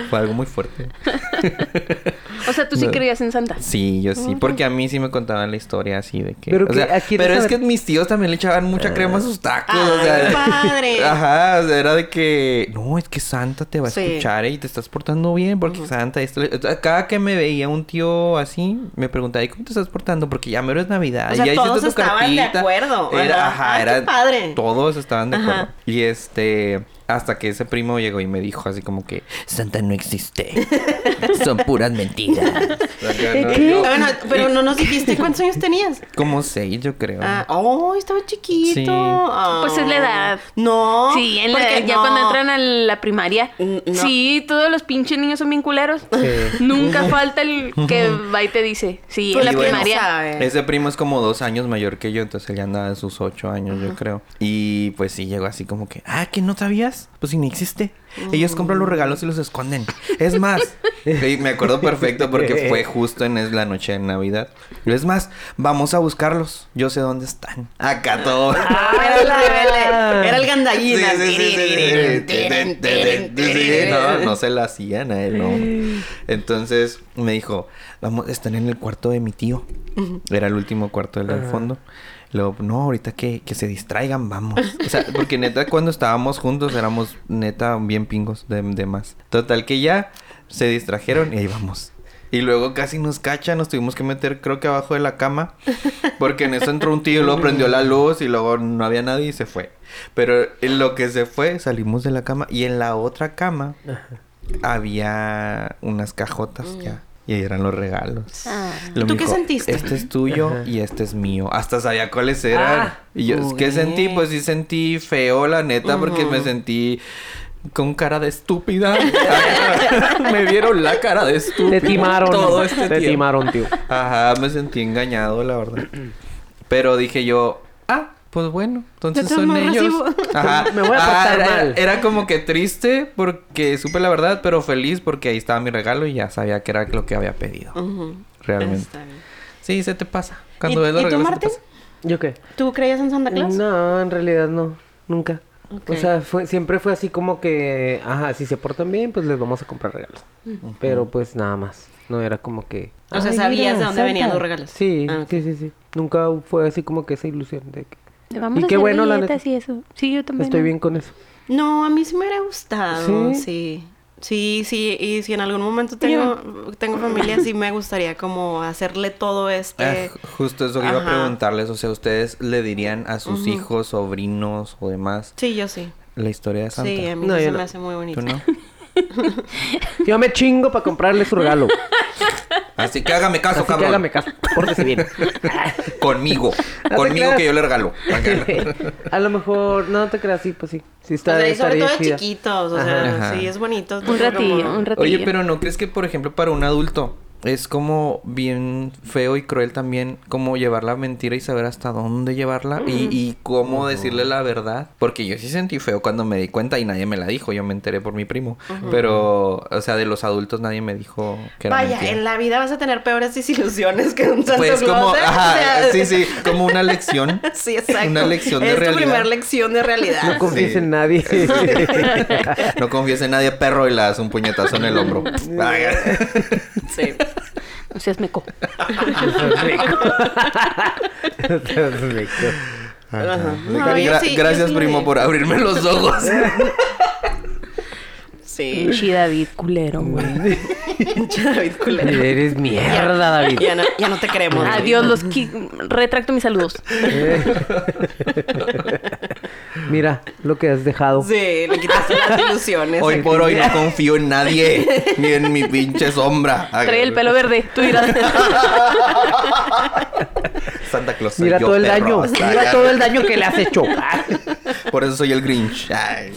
Fue algo muy fuerte.
O sea, tú sí creías en Santa.
Sí, yo sí, porque a mí sí me contaban la historia así de que.
Pero
o
que-
sea,
¿a quién
pero es
sabe? Ah.
que mis tíos también le echaban mucha crema a sus tacos. o
Ay,
sea,
padre.
Ajá, o sea, era de que. No, es que Santa te va a
Sí.
escuchar ¿eh? y te estás portando bien porque Santa. Esto, le- o sea, cada que me veía un tío así, me preguntaba, ¿y cómo te estás portando? Porque ya mero es Navidad.
O
y
sea,
ya
todos estaban de acuerdo,
Era,
ajá.
ajá,
Ah, qué
era.
padre.
Todos estaban de
Ajá.
acuerdo. Y este. Hasta que ese primo llegó y me dijo así como que Santa no existe. Son puras mentiras. O sea, que no-
Ah, bueno, pero no nos dijiste cuántos años tenías.
Como seis, yo creo.
Ah, oh, estaba chiquito.
Sí.
Ah.
Pues es la edad.
No.
Sí, en la-
porque
ya
no.
cuando entran a la primaria.
N- no.
Sí, todos los pinches niños son bien culeros. Nunca falta el que va y te dice. Sí,
Pues
en la
sí,
bueno,
primaria.
sabe.
Ese primo es como dos años mayor que yo, entonces él ya andaba en sus ocho años, yo creo. Y pues sí, llegó así como que, ah, que no sabías, pues si ni existe.
Mm.
Ellos compran los regalos y los esconden. Es más, y me acuerdo perfecto porque fue justo en es- la noche de Navidad. Es más, vamos a buscarlos. Yo sé dónde están. Acá todo.
Ah, era el rebelde. Era el gandallina.
Sí, sí, sí, sí, sí. Sí, No, no se la hacían a él, no. Entonces me dijo, vamos, están en el cuarto de mi tío. Era el último cuarto del del fondo. Luego, no, ahorita que, que se distraigan, vamos. O sea, porque neta, cuando estábamos juntos éramos neta bien pingos de, de más. Total que ya se distrajeron y ahí vamos. Y luego casi nos cacha, nos tuvimos que meter creo que abajo de la cama. Porque en eso entró un tío y luego prendió la luz y luego no había nadie y se fue. Pero en lo que se fue, salimos de la cama y en la otra cama había unas cajotas ya. Y ahí eran los regalos.
Ah.
Lo
¿Tú
me
qué
dijo,
sentiste?
Este es tuyo
Ajá.
y este es mío. Hasta sabía cuáles eran.
Ah,
y yo, ¿qué
uy.
sentí? Pues sí sentí feo, la neta, porque
Ujú.
me sentí con cara de estúpida. me vieron la cara de estúpida.
Te timaron.
Todo este
te
tiempo.
timaron, tío.
Ajá, me sentí engañado, la verdad. Pero dije yo, ah, pues bueno, entonces
De
son
todos modos,
ellos.
recibo.
Ajá.
Me voy a
Ah,
portar
era,
mal.
era como que triste porque supe la verdad, pero feliz porque ahí estaba mi regalo y ya sabía que era lo que había pedido. Realmente. Sí, se te pasa. Cuando
¿Y-
ves los
y tú,
regalos, se te
Martín?
pasa.
¿Yo qué?
¿Tú creías en Santa Claus?
No, en realidad no, nunca.
Ok.
O sea, fue, siempre fue así como que, ajá, si se portan bien, pues les vamos a comprar regalos. Pero pues nada más, no era como que...
O sea,
"Ay,
sabías
mira,
de dónde
Santa".
venían los regalos.
Sí,
Ah, ok.
sí, sí, sí. Nunca fue así como que esa ilusión de que...
Le Vamos
Y
a
qué
hacer
bueno, la
galletas
neta.
y eso. Sí, yo también.
Estoy bien con eso.
No, a mí sí me hubiera gustado.
¿Sí?
Sí. Sí. Sí, y si en algún momento tengo, tengo familia, sí me gustaría como hacerle todo
Ah,
este...
ju- justo eso que iba a
ajá.
preguntarles. O sea, ¿ustedes le dirían a sus hijos, sobrinos o demás
Sí, yo sí.
la historia de Santa?
Sí, a mí
No,
sí
yo
se
no.
me hace muy bonito.
¿Tú no?
Yo me chingo para comprarle su regalo.
Así que hágame caso,
así que
cabrón.
hágame caso, pórtese bien.
Conmigo.
te
Conmigo
creas.
que yo le regalo.
a lo mejor, no te creas, sí, pues sí. Sí está,
o sea, y sobre
estaría
todo
chida.
chiquitos, o
Ajá.
sea,
Ajá.
sí, es bonito. es
Un
bonito como-
ratillo, un ratillo.
Oye, pero ¿no crees que, por ejemplo, para un adulto es como bien feo y cruel también como llevar la mentira y saber hasta dónde llevarla y, y cómo decirle la verdad. Porque yo sí sentí feo cuando me di cuenta y nadie me la dijo, yo me enteré por mi primo. Pero, o sea, de los adultos nadie me dijo que era
Vaya,
mentira.
en la vida vas a tener peores desilusiones que un Santa
Pues como,
Claus, ¿eh?
ajá,
O sea,
sí, sí, como una lección.
sí, exacto.
Una lección de
es
realidad.
tu primera lección de realidad.
No confíes
Sí.
en nadie.
No confíes en nadie, perro, y le das un puñetazo en el hombro. Vaya.
sí.
No seas meco.
Perfecto.
No, yo
Gra-
sí- yo
gracias,
sí lo
primo,
vi.
por abrirme los ojos.
Sí.
Pinche David, culero, güey.
Pinche David culero.
Eres mierda, David.
Ya no, ya no te queremos. David.
Adiós, los qui- retracto mis saludos.
Eh. Mira lo que has dejado.
Sí, le quitaste las ilusiones.
Hoy por hoy no confío en nadie, ni en mi pinche sombra.
Trae el pelo verde, tú dirás.
Santa Claus. soy
Mira
yo,
todo el
perro,
daño.
hasta
Mira
allá.
todo el daño que le has hecho. Ah.
Por eso soy el Grinch. Ay.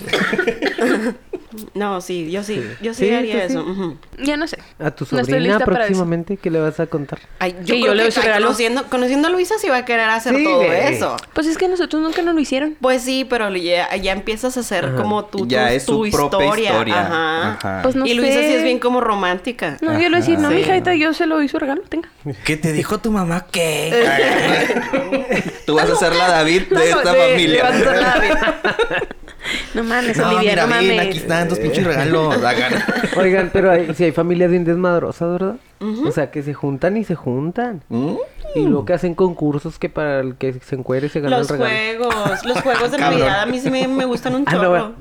No, sí, yo sí. Yo sí,
Sí, tú
haría
sí.
eso. ujú.
ya no sé.
A tu
No estoy
sobrina
lista para eso.
próximamente, ¿qué le vas a contar?
Ay, yo
Sí, yo
creo
le
que
doy su
ay,
regalo.
conociendo, conociendo a Luisa sí va a querer hacer
Sí,
todo
güey.
eso.
Pues es que nosotros nunca nos lo hicieron.
Pues sí, pero ya, ya empiezas a hacer
Ajá.
como tú,
ya
tu,
es su
tu
propia historia.
Ajá.
Ajá.
Pues no
y Luisa
sé.
sí es bien como romántica.
No, yo le decía, no,
Sí.
mi hijita, yo se lo doy su regalo, tenga.
¿Qué te dijo tu mamá? ¿Qué? Ay. Tú vas a ser la David de
No,
esta
de-
familia.
de Banzo David. No mames,
No,
Olivia,
mira,
no
ven,
mames.
aquí están tus pinches regalos. Acá.
Oigan, pero hay, si hay familias bien desmadrosas, ¿verdad? O sea, que se juntan y se juntan.
¿Mm?
Y luego que hacen concursos que para el que se encuere se gana
Los
el regalo.
juegos, los juegos de
Cabrón.
Navidad a mí sí me, me gustan un
Ah, no,
chorro.
bueno.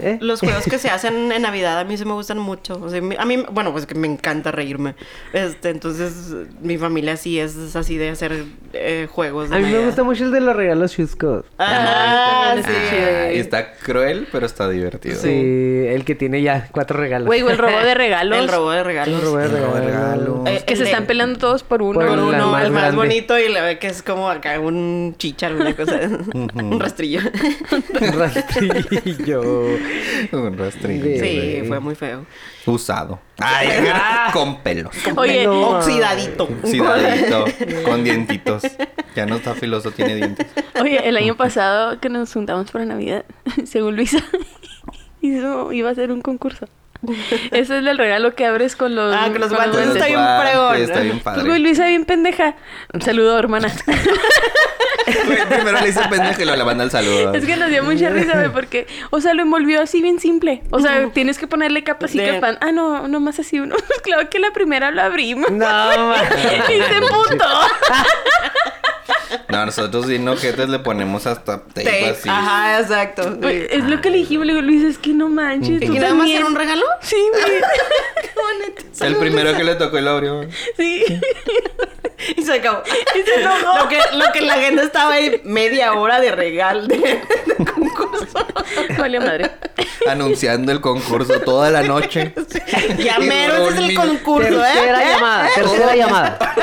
¿Eh?
Los juegos que se hacen en Navidad a mí sí me gustan mucho. O sea, mi- a mí, bueno, pues que me encanta reírme. Este, entonces, mi familia sí es así de hacer eh, juegos de
A mí me
Navidad.
gusta mucho el de los regalos Ah, chuscos.
Ajá, sí.
Ay, Ah, está cruel, pero está divertido.
Sí. el que tiene ya cuatro regalos.
Güey, o el robo de regalos.
El robo de
El
regalos.
robo de
El robo de
regalos.
regalos.
Eh,
Que
el
se
de-
están peleando todos por uno.
Por
Por
La
uno,
más
el más
grande.
bonito y la que es como acá un chichar, una cosa. un rastrillo.
Un rastrillo.
Un rastrillo.
Sí,
sí,
güey.
fue muy feo.
Usado. Ay, con pelos.
Oye,
No.
Oxidadito.
Oxidadito, con dientitos. Ya no está filoso, tiene dientes.
oye, el año pasado que nos juntamos para Navidad, según Luisa, hizo, iba a ser un concurso. Ese es el regalo que abres con los...
Ah, con los guantes,
Con
está bien
guantes,
fregón.
Está bien
Pues, güey,
padre.
Luisa bien pendeja. Un saludo, hermana.
Güey, Primero le hice pendejo y luego le manda el saludo.
Es que nos dio mucha risa, güey, porque, o sea, lo envolvió así bien simple. O sea, tienes que ponerle capas y
De-
capas. Ah, no, nomás así uno. Pues claro que la primera lo abrimos.
No, ma-
y se puto.
No, nosotros sin ojetes le ponemos hasta tape,
Tape.
así.
Ajá, exacto.
es lo que le dijimos. Le digo, Luis, es que no manches. tú
¿Y nada más
también".
era un regalo?
Sí, güey.
El primero que le tocó el abrió.
Sí.
Y se acabó. Lo que, lo que la gente estaba ahí media hora de regalo. de- de concurso.
Valió madre.
Anunciando el concurso toda la noche.
Ya mero, ese es el concurso,
tercera
¿eh?
llamada, tercera llamada.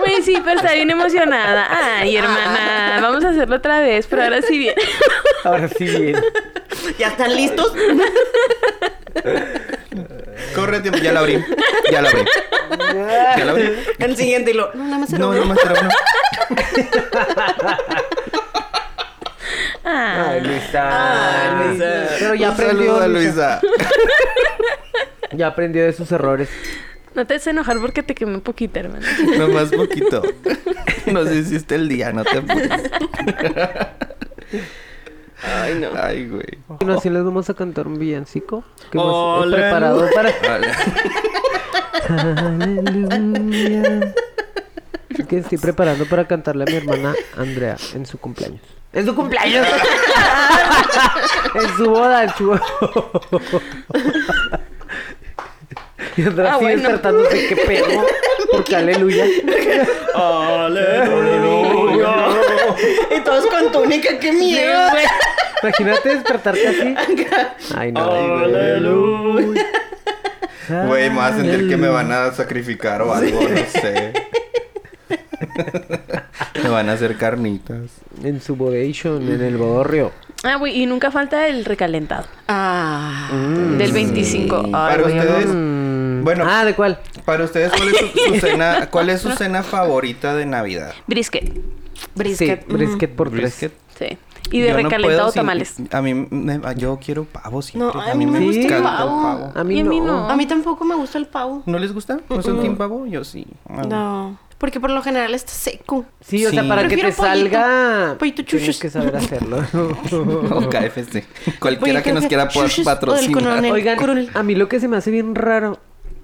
Güey, sí, pero está bien emocionada. Ay,
Ah.
hermana, vamos a hacerlo otra vez, pero ahora sí bien.
Ahora sí bien.
¿Ya están listos?
Corre tiempo, ya la abrí. Ya la abrí. Ya la abrí.
El siguiente y lo... No, nada más era
No,
uno.
no más era uno.
Ah.
Ay, Luisa.
Ay, Luisa.
Pero ya
Un saludo
aprendió.
a
Luisa.
Luisa.
Ya aprendió de sus errores.
No te haces enojar porque te quemé un poquito, hermana.
Nomás poquito. Nos hiciste el día, no te puedes.
Ay, no.
Ay, güey.
Bueno, así les vamos a cantar un villancico que hemos eh,
Aleluya.
preparado para.
Vale.
Aleluya. Es que estoy preparando para cantarle a mi hermana Andrea en su cumpleaños. ¡En su cumpleaños! en su boda, en su boda. y Andrea
Ah,
sigue
bueno.
tratándose que pedo. Porque aleluya.
Y todos con túnica, qué miedo.
Imagínate despertarte así. Ay, no.
Aleluya.
Güey, me vas a sentir que me van a sacrificar o algo, no sé. me van a hacer carnitas.
Ah, En su bodation, en el borrio.
Ah, güey, y nunca falta el recalentado
Ah.
del 25.
Mm.
Ay,
Para
güey,
ustedes,
Mm.
Bueno,
Ah, ¿de cuál?
para ustedes, ¿cuál es su, su cena, cuál es su cena favorita de Navidad?
Brisket.
Brisket.
Sí,
ujú.
brisket por tres.
Brisket.
Sí. Y de
Yo no puedo
recalentado
sin-
tamales.
a mí, me- a- yo quiero pavo siempre.
No, a mí me
gusta el
encanta
pavo.
A mí
Y
no.
A mí tampoco me gusta el pavo.
¿No les gusta? ¿No son team pavo? Yo sí. Ah,
No. Porque por lo general está seco.
Sí, o
Sí.
sea, para
Prefiero
que te salga.
pollito. Pollito
tienes
chuchos.
que saber hacerlo.
O KFC. Cualquiera
Oye,
que nos
creo
quiera
que
pa-
chuchos o del
patrocinar.
coronel.
Oigan,
Curul.
a mí lo que se me hace bien raro.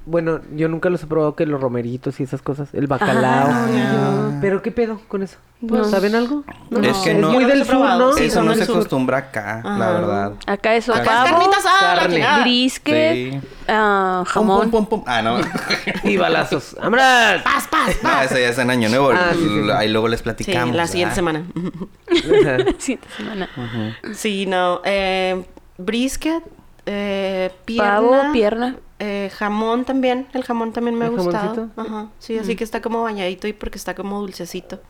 Bueno, yo nunca los he probado que los romeritos y esas cosas, el bacalao.
Ah,
no.
Pero qué pedo con eso.
No.
¿Saben algo?
No,
Es que
es
no-
muy
yo los
del
he
sur,
probado,
¿no?
sí,
Eso
son
no
del
se
sur.
acostumbra acá, la
Ajá.
verdad.
Acá es
Acá es
sopavo,
carnita asada, ah, la
carne.
chingada.
brisket,
Sí.
ah,
Pum,
jamón.
pum, pum, pum. Ah, no.
Y balazos. ¡Vámonos!
Paz, paz,
no,
paz.
eso ya es en Año Nuevo.
Ah, sí, sí, sí.
Ahí luego les
Sí,
platicamos.
la siguiente
¿verdad?
semana.
Siguiente semana.
Sí, no. eh, brisket, eh, pierna.
Pavo, pierna.
eh, jamón también. El jamón también me ha
¿El
gustado.
jamoncito? Mm.
Ajá. Sí, así que está como bañadito y porque está como dulcecito.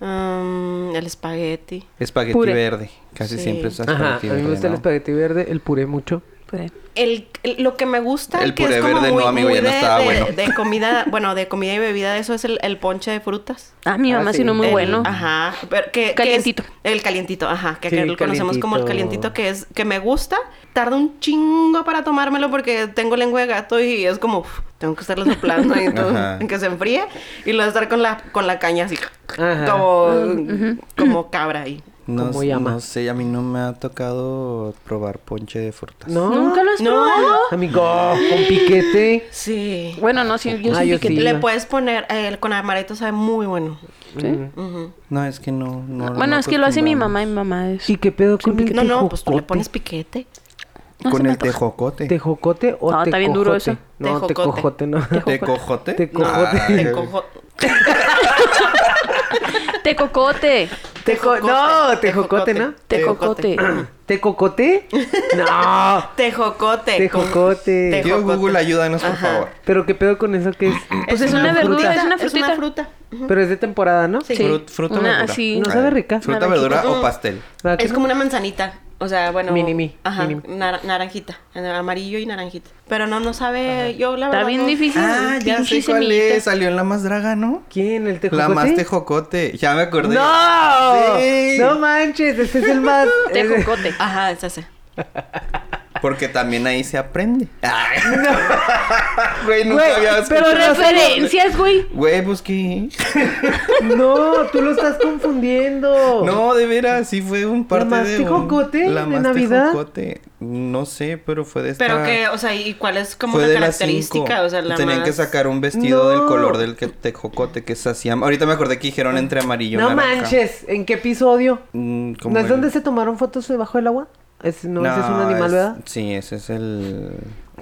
Um, el espagueti.
Espagueti
Puré.
verde. Casi
Sí.
siempre es espagueti
Ajá, a mí
verde,
me gusta el
¿no?
espagueti verde, el puré mucho.
Por ahí.
El, el- lo que me gusta,
El
que
puré
es como
verde no,
muy,
amigo,
muy
ya no
de,
estaba
de-
bueno.
de comida, bueno, de comida y bebida, eso es el, el ponche de frutas.
Ah, mi
Ah,
mamá
sí.
sino muy
El-
bueno.
Ajá. pero que- que es-
Calientito.
el calientito, ajá. Que
Sí,
acá
el
lo conocemos como el
calientito.
calientito, que es que me gusta. Tarda un chingo para tomármelo porque tengo lengua de gato y es como, uf, tengo que estarlo soplando y todo,
Ajá.
en que se enfríe. Y luego estar con la, con la caña así,
Ajá.
como,
Mm,
como cabra ahí.
No,
¿Cómo
s-
llama?
no sé, a mí no me ha tocado probar ponche de frutas.
¿No?
¿Nunca lo has
No.
probado?
Amigo, con piquete.
Sí.
Bueno, no, sí, yo
Ah,
sí
yo
piquete.
sí.
Le puedes poner, el con amaretto sabe muy bueno.
Sí.
Ujú.
No, es que no. no
Bueno,
no
es que lo hace mi mamá y
acostumbramos.
mi mamá es...
¿Y qué pedo con el
No, no, pues tú le
tejocote?
pones piquete.
No se
Con
me
el
antoja.
tejocote.
¿Tejocote o
Ah,
tecojote?
está bien duro eso.
No, tecojote,
Tejocote.
no.
¿Tecojote?
Tecojote.
Ah,
Te cojo...
Tecocote.
Tejo- no, tejocote, ¿no?
Tecocote.
¿Tecocote? No.
Tejocote.
Tejocote.
Te-
Tío
tejocote.
Google, ayúdanos, por
Ajá.
favor.
Pero qué pedo con eso que es.
Pues es una verdura, es una frutita.
fruta.
Pero es de temporada, ¿no?
Sí.
Frut- fruta,
Una
verdura.
así.
No sabe rica.
Fruta,
Naranjita.
verdura o
Mm.
pastel.
¿Verdad que
Es
no?
como una manzanita. O sea, bueno.
Mini mi,
Ajá.
mini mi.
nar- naranjita. Amarillo y naranjita. Pero no, no sabe. Yo la verdad.
Está bien
no-
difícil.
Ah, ya
pinche
sé cuál
semillita.
es. Salió en la más draga, ¿no?
¿Quién? ¿El tejocote?
La más tejocote. Ya me acordé.
¡No!
Sí.
No manches, ese es el más.
Tejocote.
Ajá, es ese.
Porque también ahí se aprende. Ay, Güey, nunca
Güey,
había
pero
escuchado.
no sé-
Referencias, güey.
Güey, pues qué.
No, tú lo estás confundiendo.
No, de veras, sí fue un parte
Oh. más
de. un-
tejocote
La
de
más
Navidad?
tejocote. No sé, pero fue de esta.
Pero que, o sea, ¿y cuál es como
fue
una
de las
característica?
cinco.
O sea, la
Tenían
más-
que sacar un vestido
No.
del color del que tejocote que se hacía. Ahorita me acordé que dijeron entre amarillo y
No
naranja.
manches, ¿en qué episodio?
Mm, como
¿No es
el-
donde se tomaron fotos debajo del agua? Es- no, ese es un
No,
animal,
es-
¿verdad?
Sí, ese es el.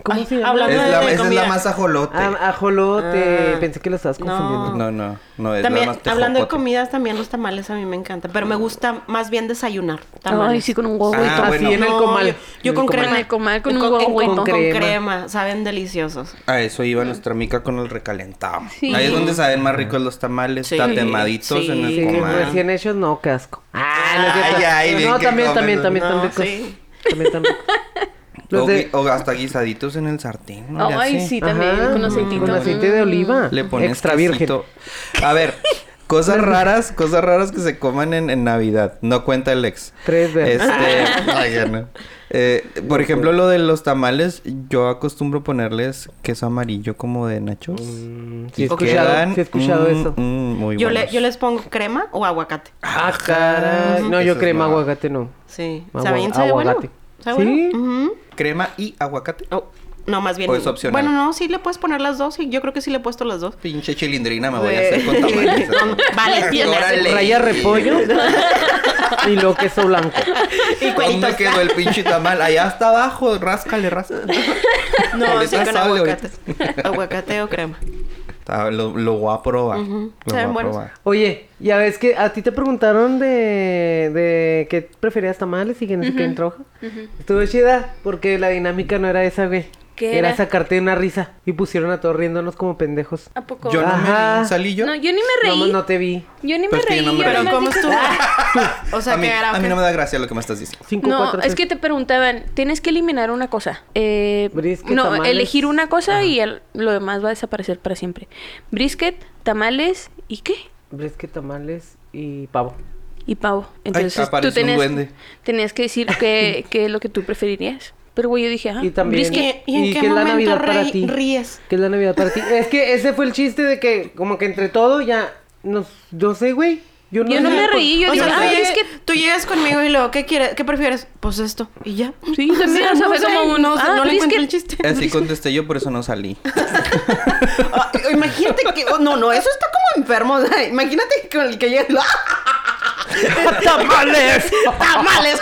¿Cómo
Ay,
se llama?
hablando
Es
de-
la,
de
esa es la
comida.
más ajolote.
Ah, ajolote.
Ah.
Pensé que lo estabas
No.
confundiendo.
No, no, no es
También,
la más
hablando de
tejocote.
comidas, también los tamales a mí me encantan. Pero me gusta más bien desayunar. Tamales.
Ay, sí, con un huevo y
Ah,
todo.
bueno.
Así en el
No,
comal. En
Yo, yo
el
con
comal.
crema.
En el comal, con un
co-
huevo
en-
frito.
Con
Con
crema.
crema.
Saben deliciosos.
A eso iba nuestra mica con el recalentado.
Sí.
Ahí es donde saben más ricos los tamales,
Sí.
tatemaditos
Sí,
en el
Sí, que
comal.
recién hechos, no, casco. Ah, no es
Ay,
cierto.
ay, bien
No,
que
también,
comen
también,
los-
también,
No,
también,
sí.
También, también.
O,
Los de...
gui- o hasta guisaditos en el sartén.
Oh,
¿no? Le
Ay,
hace.
sí, también.
Ajá,
con aceitito. Mm.
Con aceite de oliva.
Le pones
Extra virgen.
quesito. A ver, cosas raras, cosas raras que se coman en, en Navidad. No cuenta el ex.
Tres veces.
Este, ay, ya no. Eh, por ejemplo, lo de los tamales, yo acostumbro ponerles queso amarillo como de nachos.
Mm,
Y
Sí, he escuchado,
quedan,
sí he escuchado
mm,
eso.
mm, muy
Yo, le,
buenos.
yo les pongo crema o aguacate.
Ah, caray. No,
Eso
yo
es
crema
nada.
aguacate no.
Sí.
Agua-
¿Saben? ¿Sabe bueno?
aguacate.
¿Sabe
¿Sí?
bueno? Ujú.
Crema y aguacate.
Oh, no, más bien.
O es Pues opcional.
Bueno, no, sí le puedes poner las dos. y Yo creo que sí le he puesto las dos.
Pinche chilindrina me voy a hacer con tamales.
Vale, tiene.
Órale.
Raya repollo y lo queso blanco.
Y
¿Dónde
cueritos.
quedó el pinche tamal? Allá hasta abajo, ráscale, ráscale.
No, sí,
Ahorita
con
sale,
aguacate. Aguacate o crema.
Ah, Lo, lo voy a probar.
Ujú.
Lo
Saben
voy a
buenos.
probar.
Oye, ya ves que a ti te preguntaron de, de qué preferías tamales y que no sé qué en troja. Estuvo chida porque la dinámica no era esa, güey.
¿Qué
Era
era?
sacarte una risa. Y pusieron a todos riéndonos como pendejos.
¿A poco?
Ah,
Yo no me
Ajá.
reí. ¿Salí yo?
No, Ah, yo ni me
No,
reí.
no te vi.
Yo ni me
Pero es Pues que yo
reí.
no me
yo
reí.
Pero
nomás
¿cómo
dije-
estuvo? o sea,
a, mí,
que era...
a mí no me da gracia lo que me estás diciendo.
Cinco,
No,
cuatro,
es
tres.
que te preguntaban, tienes que eliminar una cosa. Eh,
Brisket,
no,
tamales.
elegir una cosa
Ajá.
y el- lo demás va a desaparecer para siempre. Brisket, tamales y qué?
Brisket, tamales y pavo.
Y pavo. Entonces tú
apareció un
tenías,
duende.
tenías que decir qué, qué es lo que tú preferirías. Pero güey, yo dije, ah,
Y también-
brisket.
¿Y, y en
¿Y
qué,
qué es la
momento
Navidad para
reí-
ti?
ríes?
Que es la Navidad para ti. Es que ese fue el chiste de que, como que entre todo ya nos. Yo sé, güey. Yo no, pues,
Yo no
sé.
me reí, yo
o
dije,
sea, tú,
ay, es
llegas,
que...
tú llegas conmigo y luego, ¿qué quieres? ¿Qué prefieres? Pues esto. Y ya.
Sí, también, o sea, fue
sé,
como un,
No, sé,
ah,
no le
brisket.
encuentro el chiste.
Así contesté yo, por eso no salí.
Ah, imagínate que... oh, no, no, eso está como enfermo. o sea, imagínate con el que llega... y lo-
¡Tamales!
¡Tamales!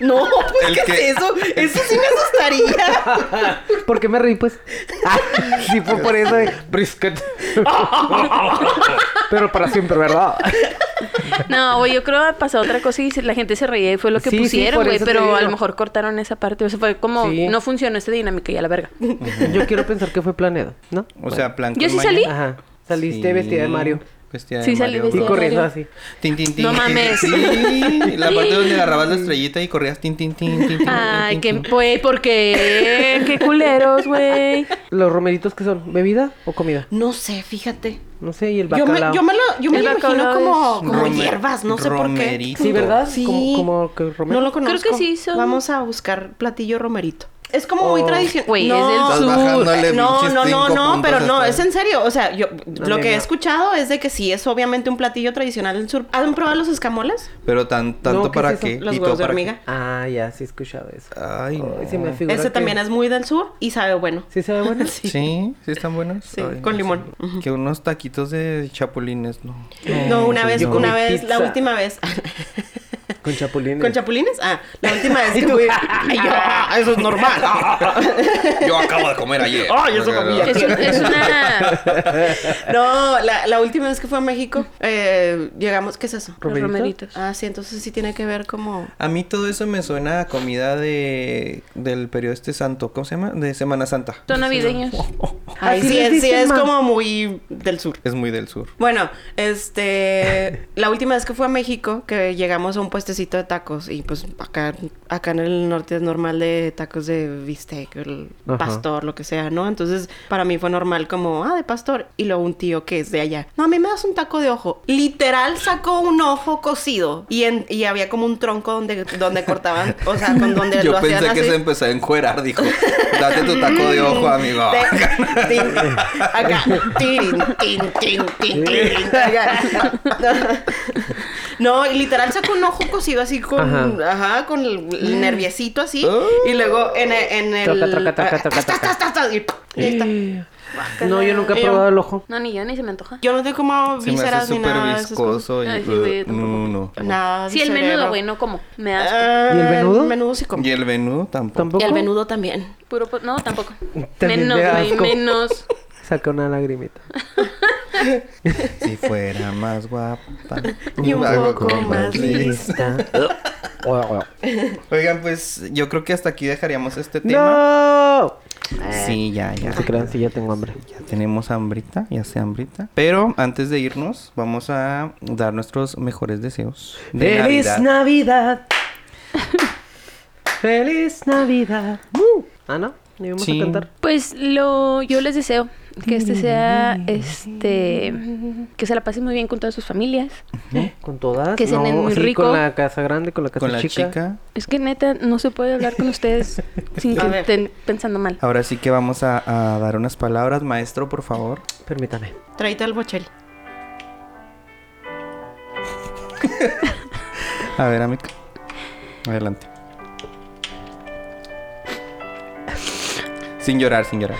no, pues,
El
¿qué
que-
es eso? Eso sí me asustaría.
¿Por qué me reí, pues? Ah, sí, fue por eso de brisket. Pero para siempre, ¿verdad?
No, güey, yo creo que pasó otra cosa y se- la gente se reía y fue lo que
Sí, sí,
pusieron,
por
güey.
eso te
pero
digo.
a lo mejor cortaron esa parte. O sea, fue como,
Sí.
no funcionó esta dinámica y a la verga.
Yo quiero pensar que fue planeado, ¿no?
O sea, plan
Yo
con
sí
maña.
salí.
Ajá. Saliste vestida de Mario.
Vestida de
Sí, salí
Mario
vestida
Y
de
Bros.
corriendo
Mario.
así.
Tin, tin, tin,
No
tin,
mames.
tin. Sí, la parte donde agarrabas la estrellita y corrías tin, tin, tin, tin, tin, tin,
Ay,
tin,
qué,
tin.
güey, ¿por qué? Qué culeros, güey.
¿Los romeritos que son? ¿Bebida o comida?
No sé, fíjate.
No sé, y el
Yo me,
bacalao.
yo me lo, yo me
El
lo imagino
bacalao
como,
es-
como
Rome-
hierbas, no sé por qué.
romerito.
Sí, ¿verdad?
Sí.
Como, como que romero.
No lo conozco.
Creo que sí son-
Vamos a buscar platillo romerito. Es como muy
Oh.
tradicional.
Güey,
no,
es del
Estás sur. bajándole
No,
pinches
no, no,
cinco
no,
puntos
pero no,
hasta-
es en serio. O sea, yo lo
mi
que he
amor.
escuchado es de que sí, es obviamente un platillo tradicional del sur. ¿Han probado los escamoles?
Pero tan, tanto
No, ¿qué
para
es eso?
qué.
Los
y
huevos
todo
de
para
hormiga.
Ah, ya, sí he escuchado eso.
qué. Ay, no.
Ay, se me figura
Ese
que-
también es muy del sur y sabe bueno.
¿Sí sabe bueno?
Sí. sí, están buenos.
Sí, con
no
limón.
sé. Que unos taquitos de chapulines, no.
No, una vez,
yo
una
comí
vez, la
pizza.
última vez.
Con chapulines.
¿Con chapulines? Ah, la última vez que
tú,
fui. Ay, yo, ah, eso es normal.
Yo acabo de comer ayer.
Ay, eso comía.
Es, un- es una...
No, la, la última vez que fue a México, eh, llegamos, ¿qué es eso?
Los
¿Romeritos?
romeritos.
Ah, sí, entonces sí tiene que ver como...
A mí todo eso me suena a comida de del periodo este santo, ¿cómo se llama? De Semana Santa.
Son navideños.
Ay,
Así
sí,
les
es, sí
dicen,
es
ma.
como muy del sur.
Es muy del sur.
Bueno, este, la última vez que fue a México, que llegamos a un puestecito de tacos y pues acá, acá en el norte es normal de tacos de bistec, el
Ajá.
pastor, lo que sea, ¿no? Entonces para mí fue normal como, ah, de pastor. Y luego un tío que es de allá, no, a mí me das un taco de ojo. Literal sacó un ojo cocido y, en- y había como un tronco donde, donde cortaban, o sea, Ah, con donde
Yo
lo hacían
pensé que
así. Mm,
se empezó a encuerar, dijo. Date tu taco de ojo, amigo.
Te- tin, acá. Tin, tin, tin, tin, tin, acá. No, y literal sacó un ojo cosido así con. Ajá,
Ajá. Mm.
con el, el nerviecito así.
Oh.
Y luego en, el- en el. ah,
Troca, troca, troca, troca,
Tas, tas, tas, tas, y ¡pum! ahí está.
No, yo nunca he
Yo-
probado el ojo.
No, ni yo, ni se me antoja.
Yo no tengo como
Se me
vísceras
hace
ni
súper
nada. de esas
viscoso y... uh,
Ay, sí, güey, yo tampoco.
no, no.
cosas. Nada.
Sí, el menudo, güey, no como. Me das
¿Y el menudo?
El menudo sí como.
Y el menú tampoco.
¿Tampoco?
Y el menudo también.
puro... po- No, tampoco.
También
Menos,
me da
güey,
asco.
menos.
Saca una lagrimita.
Si fuera más guapa.
Y un poco más
lista.
lista.
Oigan, pues yo creo que hasta aquí dejaríamos este tema.
¡No!
Eh.
Sí, ya, ya.
No se crean si ya tengo hambre.
Ya tenemos hambrita, ya sea hambrita. Pero antes de irnos, vamos a dar nuestros mejores deseos. De
¡Feliz
Navidad.
Navidad! ¡Feliz Navidad! ¡Uh! Ah, ¿no? ¿Y vamos
Sí.
a cantar?
Pues lo, yo les deseo que este sea, este, que se la pasen muy bien con todas sus familias.
¿Con todas?
Que cenen muy
sí,
rico.
con la casa grande, con la casa
¿Eh? Con la
chica.
chica.
Es que neta, no se puede hablar con ustedes sin que
A ver. Ah.
estén pensando mal.
Ahora sí que vamos a, a dar unas palabras, maestro, por favor.
Permítame.
Traíte el bochel.
A ver, amigo. Adelante. Sin llorar, sin llorar.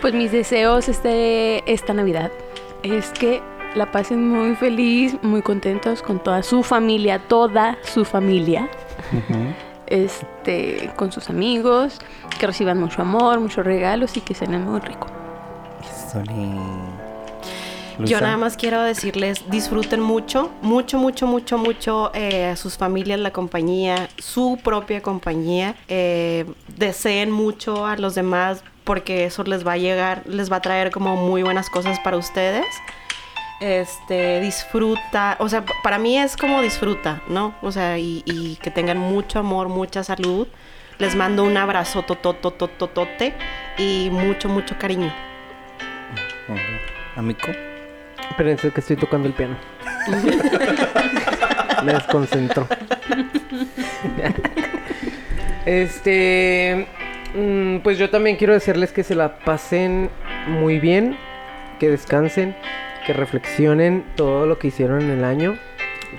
Pues mis deseos este, esta Navidad es que la pasen muy feliz, muy contentos con toda su familia, toda su familia, este, con sus amigos, que reciban mucho amor, muchos regalos y que cenen muy rico.
Sole.
Yo
Luisa.
nada más quiero decirles, disfruten mucho, mucho, mucho, mucho, mucho eh, a sus familias, la compañía, su propia compañía. Eh, deseen mucho a los demás porque eso les va a llegar, les va a traer como muy buenas cosas para ustedes. Este, disfruta, o sea, p- para mí es como disfruta, ¿no? O sea, y, y que tengan mucho amor, mucha salud. Les mando un abrazo totototototote y mucho, mucho cariño.
Ujú. Amico.
Espérense que estoy tocando el piano. Me desconcentró. este. mm, Pues yo también quiero decirles que se la pasen muy bien, que descansen, que reflexionen todo lo que hicieron en el año,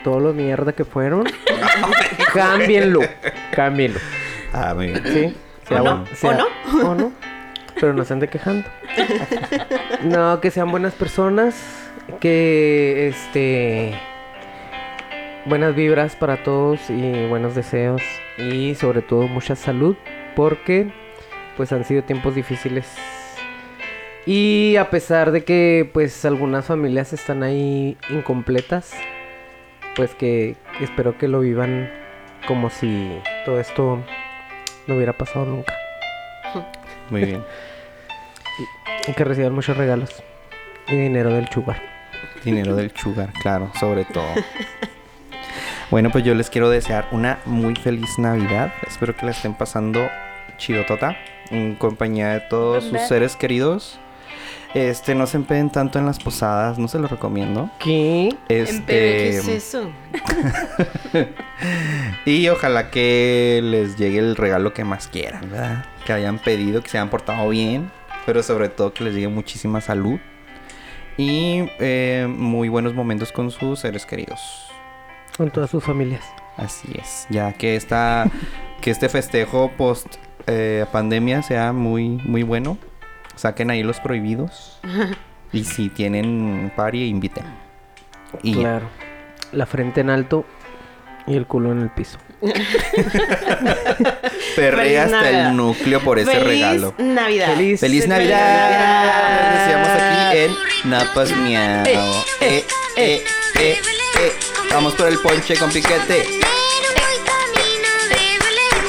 todo lo mierda que fueron. cámbienlo, cámbienlo.
Ah, muy bien.
Sí.
¿O
bueno,
no?
¿O no?
o no. Pero no se ande quejando. No, que sean buenas personas. Que este. Buenas vibras para todos y buenos deseos. Y sobre todo mucha salud. Porque pues han sido tiempos difíciles. Y a pesar de que pues algunas familias están ahí incompletas. Pues que espero que lo vivan como si todo esto no hubiera pasado nunca.
Muy bien.
Y que reciban muchos regalos y dinero del chugar.
Dinero del chugar, claro, sobre todo. Bueno, pues yo les quiero desear una muy feliz Navidad. Espero que la estén pasando chidotota en compañía de todos sus
Amén.
seres queridos. Este, no se empeden tanto en las posadas, no se lo recomiendo.
¿Qué?
Este,
eso?
Y ojalá que les llegue el regalo que más quieran, ¿verdad? Que hayan pedido, que se hayan portado bien, pero sobre todo que les llegue muchísima salud y eh, muy buenos momentos con sus seres queridos.
Con todas sus familias.
Así es, ya que esta, que este festejo post eh, pandemia sea muy, muy bueno, saquen ahí los prohibidos y si tienen party inviten. Y ya.
Claro. La frente en alto y el culo en el piso.
perrea
Feliz
hasta
Navidad.
el núcleo por ese
Feliz
regalo.
Navidad.
¡Feliz
Feliz- Feliz
Navidad!
Navidad.
Les deseamos aquí en Napas Miau. Eh, eh, eh, eh. Vamos por el ponche con piquete.
Voy camino de Belén.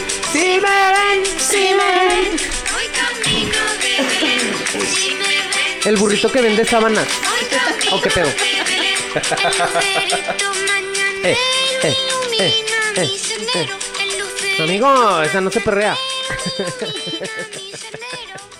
Voy camino de Belén. Si me ven,
El burrito que vende sábanas.
voy camino
¿O qué pedo?
de Belén. El lucerito mañanero
eh, eh,
ilumina
eh,
mi sendero. El lucerito
Amigo, esa no se perrea.
ilumina mi sendero.